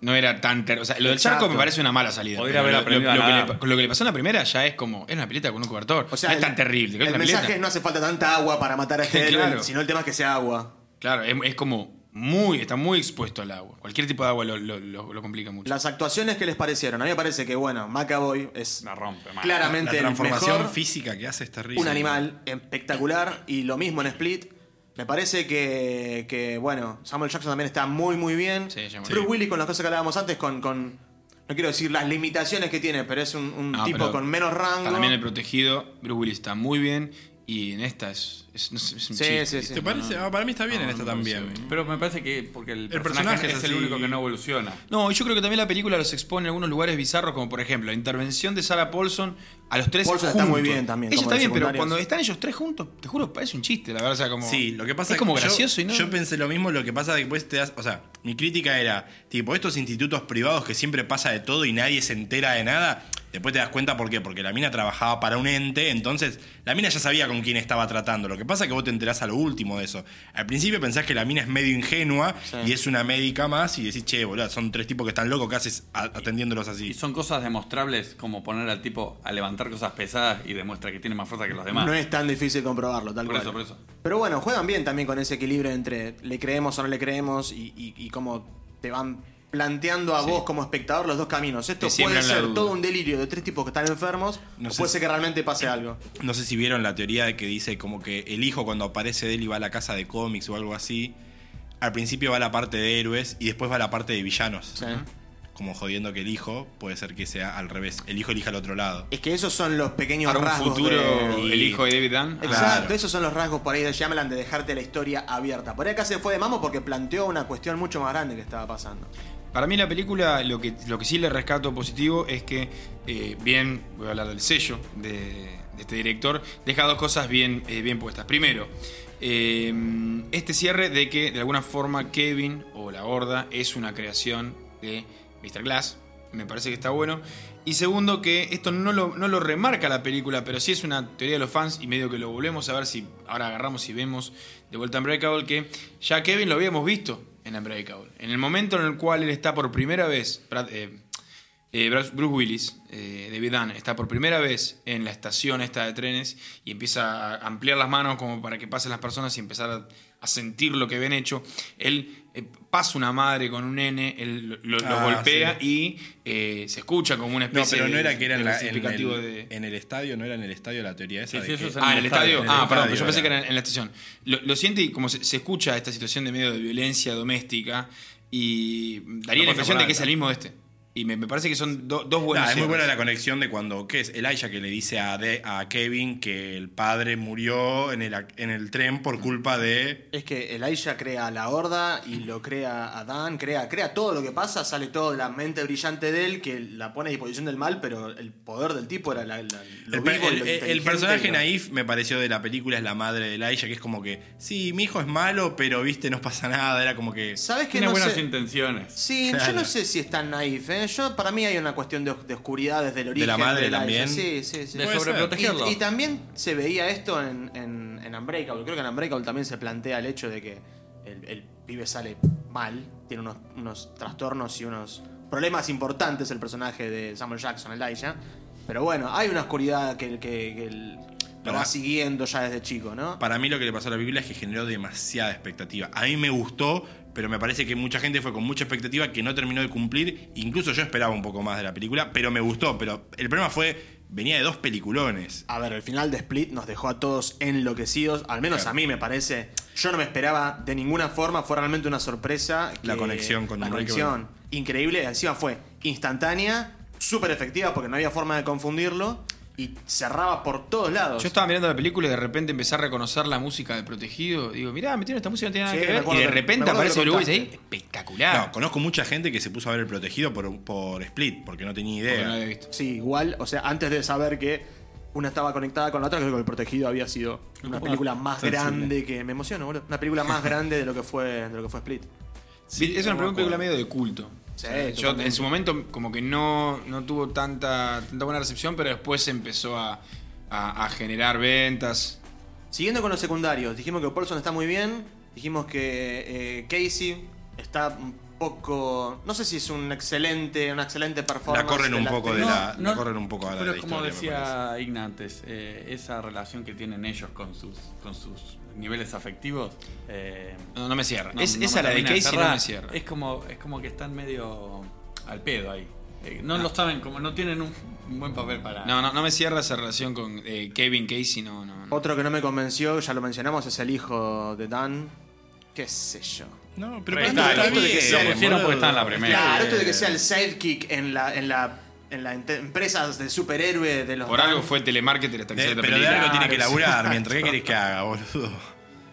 Speaker 3: No era tan ter- O sea, lo del
Speaker 4: Exacto.
Speaker 3: charco me parece una mala salida.
Speaker 1: Podría
Speaker 3: pero
Speaker 1: haber
Speaker 3: lo-
Speaker 1: aprendido
Speaker 3: lo,
Speaker 1: a
Speaker 3: lo que
Speaker 1: nadar.
Speaker 3: le pa- lo que le pasó en la primera ya es como. Era una pileta con un cobertor.
Speaker 4: O sea,
Speaker 3: no es
Speaker 4: el-
Speaker 3: tan terrible. Creo que
Speaker 4: El
Speaker 3: la
Speaker 4: mensaje es
Speaker 3: pileta-
Speaker 4: no hace falta tanta agua para matar a este
Speaker 3: Claro.
Speaker 4: héroe, sino el tema es que sea agua.
Speaker 3: Claro, es, es como muy. Está muy expuesto al agua. Cualquier tipo de agua lo, lo- lo- lo complica mucho.
Speaker 4: Las actuaciones que les parecieron, a mí me parece que, bueno, Macaboy es
Speaker 1: La rompe, man.
Speaker 2: la
Speaker 4: claramente el
Speaker 2: transformación
Speaker 4: mejor,
Speaker 2: física que hace es terrible.
Speaker 4: un animal espectacular, y lo mismo en Split. Me parece que, que, bueno, Samuel Jackson también está muy, muy bien.
Speaker 3: Sí, ya me
Speaker 4: Bruce
Speaker 3: olvidé.
Speaker 4: Willis con las cosas que hablábamos antes, con, con- no quiero decir las limitaciones que tiene, pero es un, un
Speaker 3: No,
Speaker 4: tipo
Speaker 3: pero
Speaker 4: con menos rango.
Speaker 3: También el protegido. Bruce Willis está muy bien. Y en esta es. es- no sé, es un
Speaker 4: Sí,
Speaker 3: chiste.
Speaker 4: sí, sí.
Speaker 2: ¿Te parece? Ah, para mí está bien
Speaker 3: No,
Speaker 2: en esta
Speaker 3: no me parece
Speaker 2: también.
Speaker 3: bien.
Speaker 1: Pero me parece que porque el,
Speaker 2: El
Speaker 1: personaje,
Speaker 2: personaje es
Speaker 1: es, el
Speaker 2: así.
Speaker 1: único que no evoluciona.
Speaker 3: No, yo creo que también la película los expone en algunos lugares bizarros, como por ejemplo la intervención de Sarah Paulson a los tres
Speaker 4: Paulson
Speaker 3: juntos.
Speaker 4: está muy bien también,
Speaker 3: Ella
Speaker 4: como
Speaker 3: está
Speaker 4: de
Speaker 3: bien, pero
Speaker 4: secundarios.
Speaker 3: cuando están ellos tres juntos, te juro, parece un chiste, la verdad. O sea, como,
Speaker 2: Sí, lo que pasa
Speaker 3: es como
Speaker 2: que yo-
Speaker 3: gracioso y no.
Speaker 2: Yo pensé lo mismo, lo que pasa después te das. O sea, mi crítica era, tipo, estos institutos privados que siempre pasa de todo y nadie se entera de nada. Después te das cuenta por qué, porque la mina trabajaba para un ente, entonces la mina ya sabía con quién estaba tratando. Lo que pasa es que vos te enterás a lo último de eso. Al principio pensás que la mina es medio ingenua y es una médica más y decís, che, boludo, son tres tipos que están locos, ¿qué haces a- atendiéndolos así?
Speaker 1: Y son cosas demostrables como poner al tipo a levantar cosas pesadas y demuestra que tiene más fuerza que los demás.
Speaker 4: No es tan difícil comprobarlo, tal
Speaker 1: Por
Speaker 4: cual.
Speaker 1: eso, por eso.
Speaker 4: Pero bueno, juegan bien también con ese equilibrio entre le creemos o no le creemos y, y- y cómo te van planteando a vos como espectador los dos caminos. Esto
Speaker 3: Te siembran
Speaker 4: puede
Speaker 3: la
Speaker 4: ser
Speaker 3: duda.
Speaker 4: todo un delirio de tres tipos que están enfermos
Speaker 2: No
Speaker 4: o
Speaker 2: sé
Speaker 4: puede
Speaker 2: si-
Speaker 4: ser que realmente pase algo.
Speaker 2: No sé si vieron la teoría de que dice como que el hijo cuando aparece de él y va a la casa de cómics o algo así. Al principio va la parte de héroes y después va la parte de villanos.
Speaker 4: Sí.
Speaker 2: Como jodiendo que el hijo puede ser que sea al revés. El hijo elija al otro lado.
Speaker 4: Es que esos son los pequeños
Speaker 3: para un
Speaker 4: rasgos.
Speaker 3: futuro,
Speaker 4: de-
Speaker 3: el hijo de David Dunn.
Speaker 2: Exacto.
Speaker 4: Exacto,
Speaker 2: Claro.
Speaker 4: esos son los rasgos por ahí de Shyamalan de dejarte la historia abierta. Por ahí acá se fue de mamo porque planteó una cuestión mucho más grande que estaba pasando.
Speaker 3: Para mí la película, lo que, lo que sí le rescato positivo es que, eh, bien, voy a hablar del sello de, de este director, deja dos cosas bien, eh, bien puestas. Primero, eh, este cierre de que de alguna forma Kevin o la Horda es una creación de Mr. Glass, me parece que está bueno. Y segundo, que esto no lo, no lo remarca la película, pero sí es una teoría de los fans y medio que lo volvemos a ver si ahora agarramos y vemos de vuelta en Breakable, que ya Kevin lo habíamos visto en Unbreakable. En el momento en el cual él está por primera vez, Brad- eh, eh, Bruce Bruce Willis, eh, David Dunn, está por primera vez en la estación esta de trenes y empieza a ampliar las manos como para que pasen las personas y empezar a, a sentir lo que habían hecho. Él eh, pasa una madre con un nene, él lo, lo- lo
Speaker 2: Ah,
Speaker 3: golpea y eh, se escucha como una
Speaker 2: No,
Speaker 3: especie
Speaker 2: pero no
Speaker 3: de-
Speaker 2: era que era
Speaker 3: de
Speaker 2: en, la- en el,
Speaker 3: clasificativo de-
Speaker 2: en el estadio, no era en el estadio la teoría esa.
Speaker 1: Sí,
Speaker 2: de
Speaker 1: sí,
Speaker 2: que-
Speaker 1: eso es
Speaker 3: Ah, en el estadio.
Speaker 2: En el
Speaker 3: ah, perdón,
Speaker 2: estadio
Speaker 3: yo pensé que
Speaker 2: era.
Speaker 3: era en, en la estación. Lo, lo siente y como se, se escucha esta situación de medio de violencia doméstica y daría
Speaker 1: No
Speaker 3: la
Speaker 1: pasa por
Speaker 3: impresión de que
Speaker 1: alta.
Speaker 3: es el mismo de este. Y me, me parece que son do- dos buenos.
Speaker 2: Nah, es muy
Speaker 3: cierres.
Speaker 2: buena la conexión de cuando, ¿qué es? Elijah que le dice a, de- a Kevin que el padre murió en el, ac- en el tren por culpa de...
Speaker 4: Es que Elijah crea a la horda y lo crea a Dan, crea, crea todo lo que pasa, sale todo de la mente brillante de él, que la pone a disposición del mal, pero el poder del tipo era la, la- lo
Speaker 2: El,
Speaker 4: vivo,
Speaker 2: per- el- eh,
Speaker 4: lo
Speaker 2: el- el
Speaker 4: inteligente,
Speaker 2: personaje
Speaker 4: lo-
Speaker 2: naif me pareció de la película es la madre de Laia, que es como que, sí, mi hijo es malo, pero viste, no pasa nada. Era como que.
Speaker 4: ¿Sabes que
Speaker 1: Tiene
Speaker 4: no
Speaker 1: buenas
Speaker 4: sé?
Speaker 1: intenciones.
Speaker 4: Sí, yo
Speaker 2: Claro.
Speaker 4: no sé si es tan naif, ¿eh? Yo, para mí hay una cuestión de, os- de oscuridad desde el
Speaker 2: De
Speaker 4: origen.
Speaker 2: la madre
Speaker 4: Elijah.
Speaker 2: también.
Speaker 4: Sí, sí, sí.
Speaker 1: De
Speaker 2: Puede ser.
Speaker 1: sobreprotegerlo.
Speaker 4: Y, y también se veía esto en, en, en Unbreakable. Creo que en Unbreakable también se plantea el hecho de que el, el pibe sale mal, tiene unos, unos trastornos y unos problemas importantes el personaje de Samuel Jackson, Elijah. Pero bueno, hay una oscuridad que, que, que el- lo
Speaker 2: Para-
Speaker 4: va siguiendo ya desde chico, ¿no?
Speaker 2: Para mí lo que le pasó a la película es que generó demasiada expectativa. A mí me gustó, pero me parece que mucha gente fue con mucha expectativa que no terminó de cumplir. Incluso yo esperaba un poco más de la película, pero me gustó. Pero el problema fue, venía de dos peliculones.
Speaker 4: A ver, el final de Split nos dejó a todos enloquecidos, al menos
Speaker 2: Claro.
Speaker 4: a mí me parece. Yo no me esperaba de ninguna forma, fue realmente una sorpresa.
Speaker 2: La conexión con
Speaker 4: la
Speaker 2: Unbreakable.
Speaker 4: conexión increíble, encima fue instantánea, súper efectiva porque no había forma de confundirlo. y cerraba por todos lados.
Speaker 3: Yo estaba mirando la película y de repente empecé a reconocer la música de Protegido. Digo, mirá, metieron esta música, no tiene nada
Speaker 4: Sí,
Speaker 3: que
Speaker 4: me
Speaker 3: ver.
Speaker 4: acuerdo
Speaker 3: Y de
Speaker 4: que-
Speaker 3: repente
Speaker 4: me acuerdo
Speaker 3: aparece
Speaker 4: que lo
Speaker 3: Bruce ahí.
Speaker 4: contaste.
Speaker 3: Espectacular.
Speaker 4: Ah.
Speaker 2: No, conozco mucha gente que se puso a ver el protegido por, por Split, porque no tenía
Speaker 3: Porque no la
Speaker 2: idea.
Speaker 3: había visto.
Speaker 4: Sí, igual, o sea, antes de saber que una estaba conectada con la otra, creo que El Protegido había sido una película más
Speaker 2: Ah, sensible.
Speaker 4: grande que. Me emociono, boludo. Una película más grande de lo que fue, de lo que fue Split.
Speaker 3: Vi- es una
Speaker 4: no me acuerdo.
Speaker 3: película medio de culto.
Speaker 4: Sí,
Speaker 3: O sea, yo
Speaker 4: totalmente.
Speaker 3: en su momento como que no, no tuvo tanta, tanta buena recepción, pero después empezó a, a- a generar ventas.
Speaker 4: Siguiendo con los secundarios, dijimos que Paulson está muy bien, dijimos que eh, Casey está un poco. No sé si es un excelente, una excelente performance.
Speaker 2: La corren un
Speaker 4: de
Speaker 2: poco de
Speaker 4: actriz.
Speaker 2: la- la corren un poco a la-
Speaker 1: Pero
Speaker 2: la
Speaker 1: como
Speaker 2: historia, me
Speaker 1: decía Ignates, eh, esa relación que tienen ellos con sus, con sus niveles afectivos. eh,
Speaker 3: No, no me cierra.
Speaker 1: no-
Speaker 3: es,
Speaker 1: no
Speaker 3: esa
Speaker 1: me
Speaker 3: la de
Speaker 1: termina
Speaker 3: Casey no
Speaker 1: cerrar.
Speaker 3: me cierra.
Speaker 1: Es como, es como que están medio al pedo ahí. Eh, no, lo saben, como no tienen un, un buen papel para.
Speaker 3: No, no, no me cierra esa relación con eh, Kevin Casey, no, no. no.
Speaker 4: Otro que no me convenció, ya lo mencionamos, es el hijo de Dan. ¿Qué sé yo?
Speaker 2: No,
Speaker 1: Pero
Speaker 2: pero
Speaker 1: está,
Speaker 2: antes
Speaker 1: lo
Speaker 2: bien,
Speaker 1: pusieron
Speaker 2: boludo.
Speaker 1: porque estaba en la primera.
Speaker 4: Claro, esto de que
Speaker 2: eh,
Speaker 4: sea el sidekick en la, en la, en la ente- empresa de superhéroe de los.
Speaker 3: Por
Speaker 4: Dan.
Speaker 3: algo fue telemarketer hasta que
Speaker 2: Eh,
Speaker 3: salió esta
Speaker 2: pero de
Speaker 3: película.
Speaker 2: algo tiene que laburar, mientras qué querés que haga, boludo.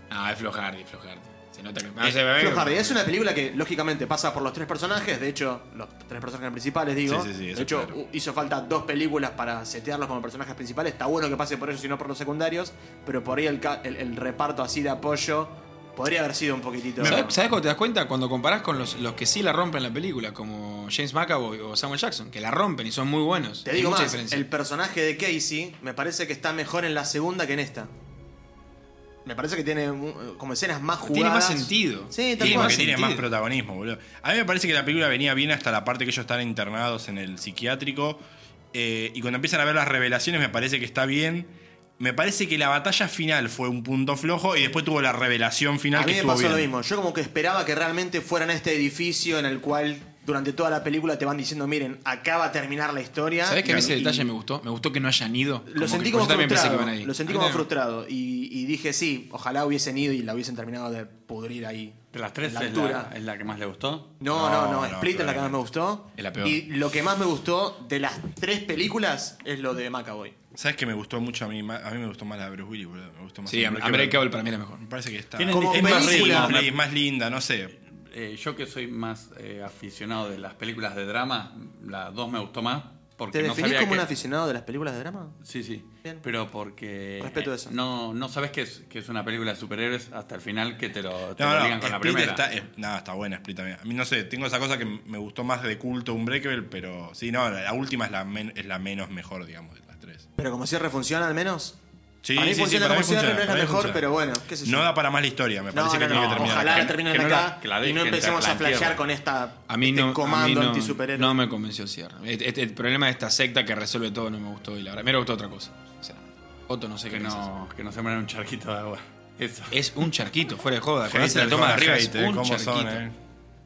Speaker 3: Ah, es flojardi, es flojardi. Se nota que.
Speaker 4: Eh, Flo Hardy. Es una película que, lógicamente, pasa por los tres personajes. De hecho, los tres personajes principales, digo.
Speaker 2: Sí, sí, sí, eso
Speaker 4: de hecho,
Speaker 2: claro.
Speaker 4: u- hizo falta dos películas para setearlos como personajes principales. Está bueno que pase por ellos y no por los secundarios. Pero por ahí el, ca- el- el reparto así de apoyo podría haber sido un poquitito.
Speaker 3: ¿Sabes, cuando te das cuenta? Cuando comparás con los, los que sí la rompen la película, como James McAvoy o Samuel Jackson, que la rompen y son muy buenos.
Speaker 4: Te
Speaker 3: Hay
Speaker 4: digo
Speaker 3: mucha
Speaker 4: más,
Speaker 3: diferencia.
Speaker 4: el personaje de Casey me parece que está mejor en la segunda que en esta. Me parece que tiene mm, como escenas más jugadas.
Speaker 3: Tiene más sentido.
Speaker 4: Sí, tal
Speaker 2: Tiene,
Speaker 4: cual.
Speaker 2: porque tiene
Speaker 3: sentido.
Speaker 2: más protagonismo, boludo. A mí me parece que la película venía bien hasta la parte que ellos están internados en el psiquiátrico. eh, y cuando empiezan a ver las revelaciones, me parece que está bien. Me parece que la batalla final fue un punto flojo y después tuvo la revelación final
Speaker 4: A
Speaker 2: que
Speaker 4: mí me
Speaker 2: estuvo
Speaker 4: pasó
Speaker 2: bien.
Speaker 4: lo mismo. Yo como que esperaba que realmente fueran a este edificio en el cual durante toda la película te van diciendo, miren, acá va a terminar la historia.
Speaker 3: ¿Sabés que a mí ese
Speaker 4: Y-
Speaker 3: detalle me gustó? Me gustó que no hayan ido.
Speaker 4: Lo sentí
Speaker 3: que-
Speaker 4: como
Speaker 3: yo también pensé que
Speaker 4: frustrado.
Speaker 3: iban a ir.
Speaker 4: Lo sentí
Speaker 3: A mí
Speaker 4: como
Speaker 3: también.
Speaker 4: frustrado. Y, y dije, sí, ojalá hubiesen ido y la hubiesen terminado de pudrir ahí.
Speaker 1: De las tres
Speaker 4: en la
Speaker 1: es la-
Speaker 4: altura.
Speaker 1: es la que más le gustó.
Speaker 4: No, no,
Speaker 2: No,
Speaker 4: no.
Speaker 2: no,
Speaker 4: Split es la que más me gustó.
Speaker 3: Es la peor.
Speaker 4: Y lo que más me gustó de las tres películas es lo de Macaboy.
Speaker 2: ¿Sabes que me gustó mucho a mí? ma- A mí me gustó más la de Bruce Willis, boludo. Me gustó más
Speaker 3: Sí,
Speaker 2: la de Bruce
Speaker 3: Unbreakable
Speaker 2: Willis.
Speaker 3: para mí era mejor.
Speaker 2: Me parece que está.
Speaker 1: Tienen
Speaker 4: Como
Speaker 1: es más
Speaker 4: película.
Speaker 1: ritmo,
Speaker 2: Play, es más linda, no sé.
Speaker 1: Eh, yo que soy más eh, aficionado de las películas de drama, la 2 me gustó más. Porque
Speaker 4: ¿Te
Speaker 1: no
Speaker 4: definís
Speaker 1: sabía
Speaker 4: como
Speaker 1: que-
Speaker 4: un aficionado de las películas de drama?
Speaker 1: Sí, sí.
Speaker 4: Bien.
Speaker 1: Pero porque.
Speaker 4: Respeto
Speaker 1: eh,
Speaker 4: eso.
Speaker 1: No, no sabes que es, que es una película de superhéroes hasta el final que te lo, te
Speaker 2: No,
Speaker 1: lo
Speaker 2: no,
Speaker 1: ligan con la
Speaker 2: Split
Speaker 1: primera.
Speaker 2: está, eh, no, está buena Split también. A mí no sé, tengo esa cosa que me gustó más de culto Unbreakable, pero sí, no, la la última es la, men- es la menos mejor, digamos, de las tres.
Speaker 4: Pero como cierre funciona al menos.
Speaker 2: Sí,
Speaker 4: para mí
Speaker 2: sí, sí,
Speaker 4: funciona
Speaker 2: para mí
Speaker 4: como cierre,
Speaker 2: funciona,
Speaker 4: no es la
Speaker 2: para mí
Speaker 4: mejor,
Speaker 2: funciona.
Speaker 4: pero bueno, qué sé yo.
Speaker 2: No da para más la historia, me
Speaker 4: No,
Speaker 2: parece
Speaker 4: no,
Speaker 2: que
Speaker 4: no,
Speaker 2: tiene que terminar.
Speaker 4: Ojalá
Speaker 2: acá.
Speaker 4: la terminen
Speaker 1: Que no la-
Speaker 4: acá
Speaker 1: que la
Speaker 4: y
Speaker 1: dejen,
Speaker 4: no empecemos
Speaker 1: la- la
Speaker 4: a flashear
Speaker 1: entierren.
Speaker 4: con esta
Speaker 3: A mí no,
Speaker 4: este comando
Speaker 3: a mí no,
Speaker 4: antisuperhéroe.
Speaker 3: no me convenció el cierre. Este- este- el problema de esta secta que resuelve todo no me gustó y la verdad. Me gustó otra cosa. O sea, Otto no sé
Speaker 1: Que
Speaker 3: qué pensás.
Speaker 1: no, que no sembran un charquito de agua. Eso.
Speaker 2: Eh.
Speaker 3: Es un charquito, fuera de joda. Cuando hace
Speaker 2: Hater,
Speaker 3: la toma de arriba es
Speaker 2: hater,
Speaker 3: un
Speaker 2: ¿cómo
Speaker 3: charquito.
Speaker 2: son, eh?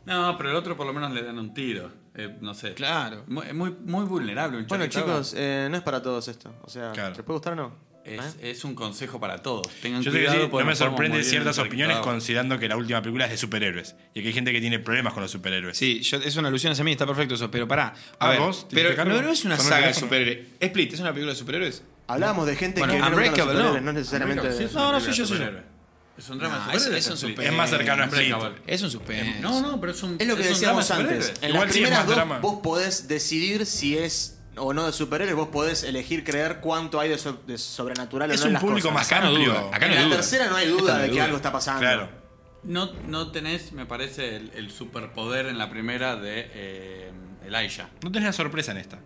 Speaker 1: No, pero el otro por lo menos le dan un tiro. Eh, no sé.
Speaker 3: Claro.
Speaker 1: Muy, muy, muy vulnerable un
Speaker 4: Bueno,
Speaker 1: charquito de agua.
Speaker 4: chicos, eh, no es para todos esto. O sea,
Speaker 2: Claro.
Speaker 4: ¿te puede gustar o no?
Speaker 1: Es,
Speaker 4: ¿Eh?
Speaker 1: es un consejo para todos. Tengan
Speaker 2: Yo sé que
Speaker 1: cuidado.
Speaker 2: sí,
Speaker 1: porque
Speaker 2: no me
Speaker 1: nos podemos
Speaker 2: sorprende
Speaker 1: morir en un
Speaker 2: ciertas
Speaker 1: charquito de
Speaker 2: opiniones
Speaker 1: agua.
Speaker 2: considerando que la última película es de superhéroes. Y que hay gente que tiene problemas con los superhéroes.
Speaker 3: Sí, yo- es una alusión hacia mí, está perfecto eso, pero pará. A
Speaker 2: Ah,
Speaker 3: ver,
Speaker 2: vos, ¿te hiciste
Speaker 3: pero
Speaker 2: cargo?
Speaker 3: no, no es una
Speaker 2: Con el
Speaker 3: saga de
Speaker 2: teléfono.
Speaker 3: superhéroes. Split, ¿es una película de superhéroes?
Speaker 4: Hablábamos de gente
Speaker 3: Bueno,
Speaker 4: que no le gustan los
Speaker 3: Unbreakable,
Speaker 4: superhéroes,
Speaker 3: no.
Speaker 4: no necesariamente.
Speaker 1: Unbreakable, sí, es una
Speaker 3: No, no,
Speaker 1: película
Speaker 3: soy yo,
Speaker 1: de
Speaker 3: soy yo.
Speaker 1: superhéroes. Es un drama
Speaker 3: No,
Speaker 1: de
Speaker 3: es-
Speaker 1: superhéroes,
Speaker 3: es un
Speaker 1: Split.
Speaker 3: super-
Speaker 2: Es más cercano a Split.
Speaker 1: Unbreakable.
Speaker 3: Es un suspenso.
Speaker 1: No, no, pero es un.
Speaker 4: Es lo que
Speaker 1: un
Speaker 4: decíamos
Speaker 1: drama de
Speaker 4: antes.
Speaker 1: superhéroes.
Speaker 4: En
Speaker 2: Igual
Speaker 4: las
Speaker 2: sí es
Speaker 4: primeras
Speaker 2: más
Speaker 4: dos,
Speaker 2: drama.
Speaker 4: vos podés decidir si es o no de superhéroes, vos podés elegir creer cuánto hay de, so- de sobrenatural
Speaker 2: Es
Speaker 4: o no en
Speaker 2: un
Speaker 4: las
Speaker 2: público
Speaker 4: cosas.
Speaker 2: más
Speaker 3: Acá no
Speaker 2: amplio.
Speaker 3: duda, acá
Speaker 4: En
Speaker 3: no
Speaker 4: la
Speaker 3: duda.
Speaker 4: tercera no hay
Speaker 3: Esta
Speaker 4: duda
Speaker 3: no
Speaker 4: de que
Speaker 3: duda.
Speaker 4: algo está pasando.
Speaker 2: Claro.
Speaker 1: No, no tenés, me parece, el, el superpoder en la primera de eh, Elijah.
Speaker 2: No tenés la sorpresa en esta.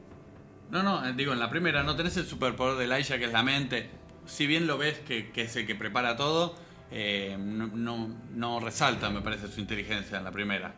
Speaker 1: No, no, eh, digo, en la primera no tenés el superpoder de Elijah, que es la mente. Si bien lo ves que, que es el que prepara todo, eh, no, no, no resalta, me parece, su inteligencia en la primera.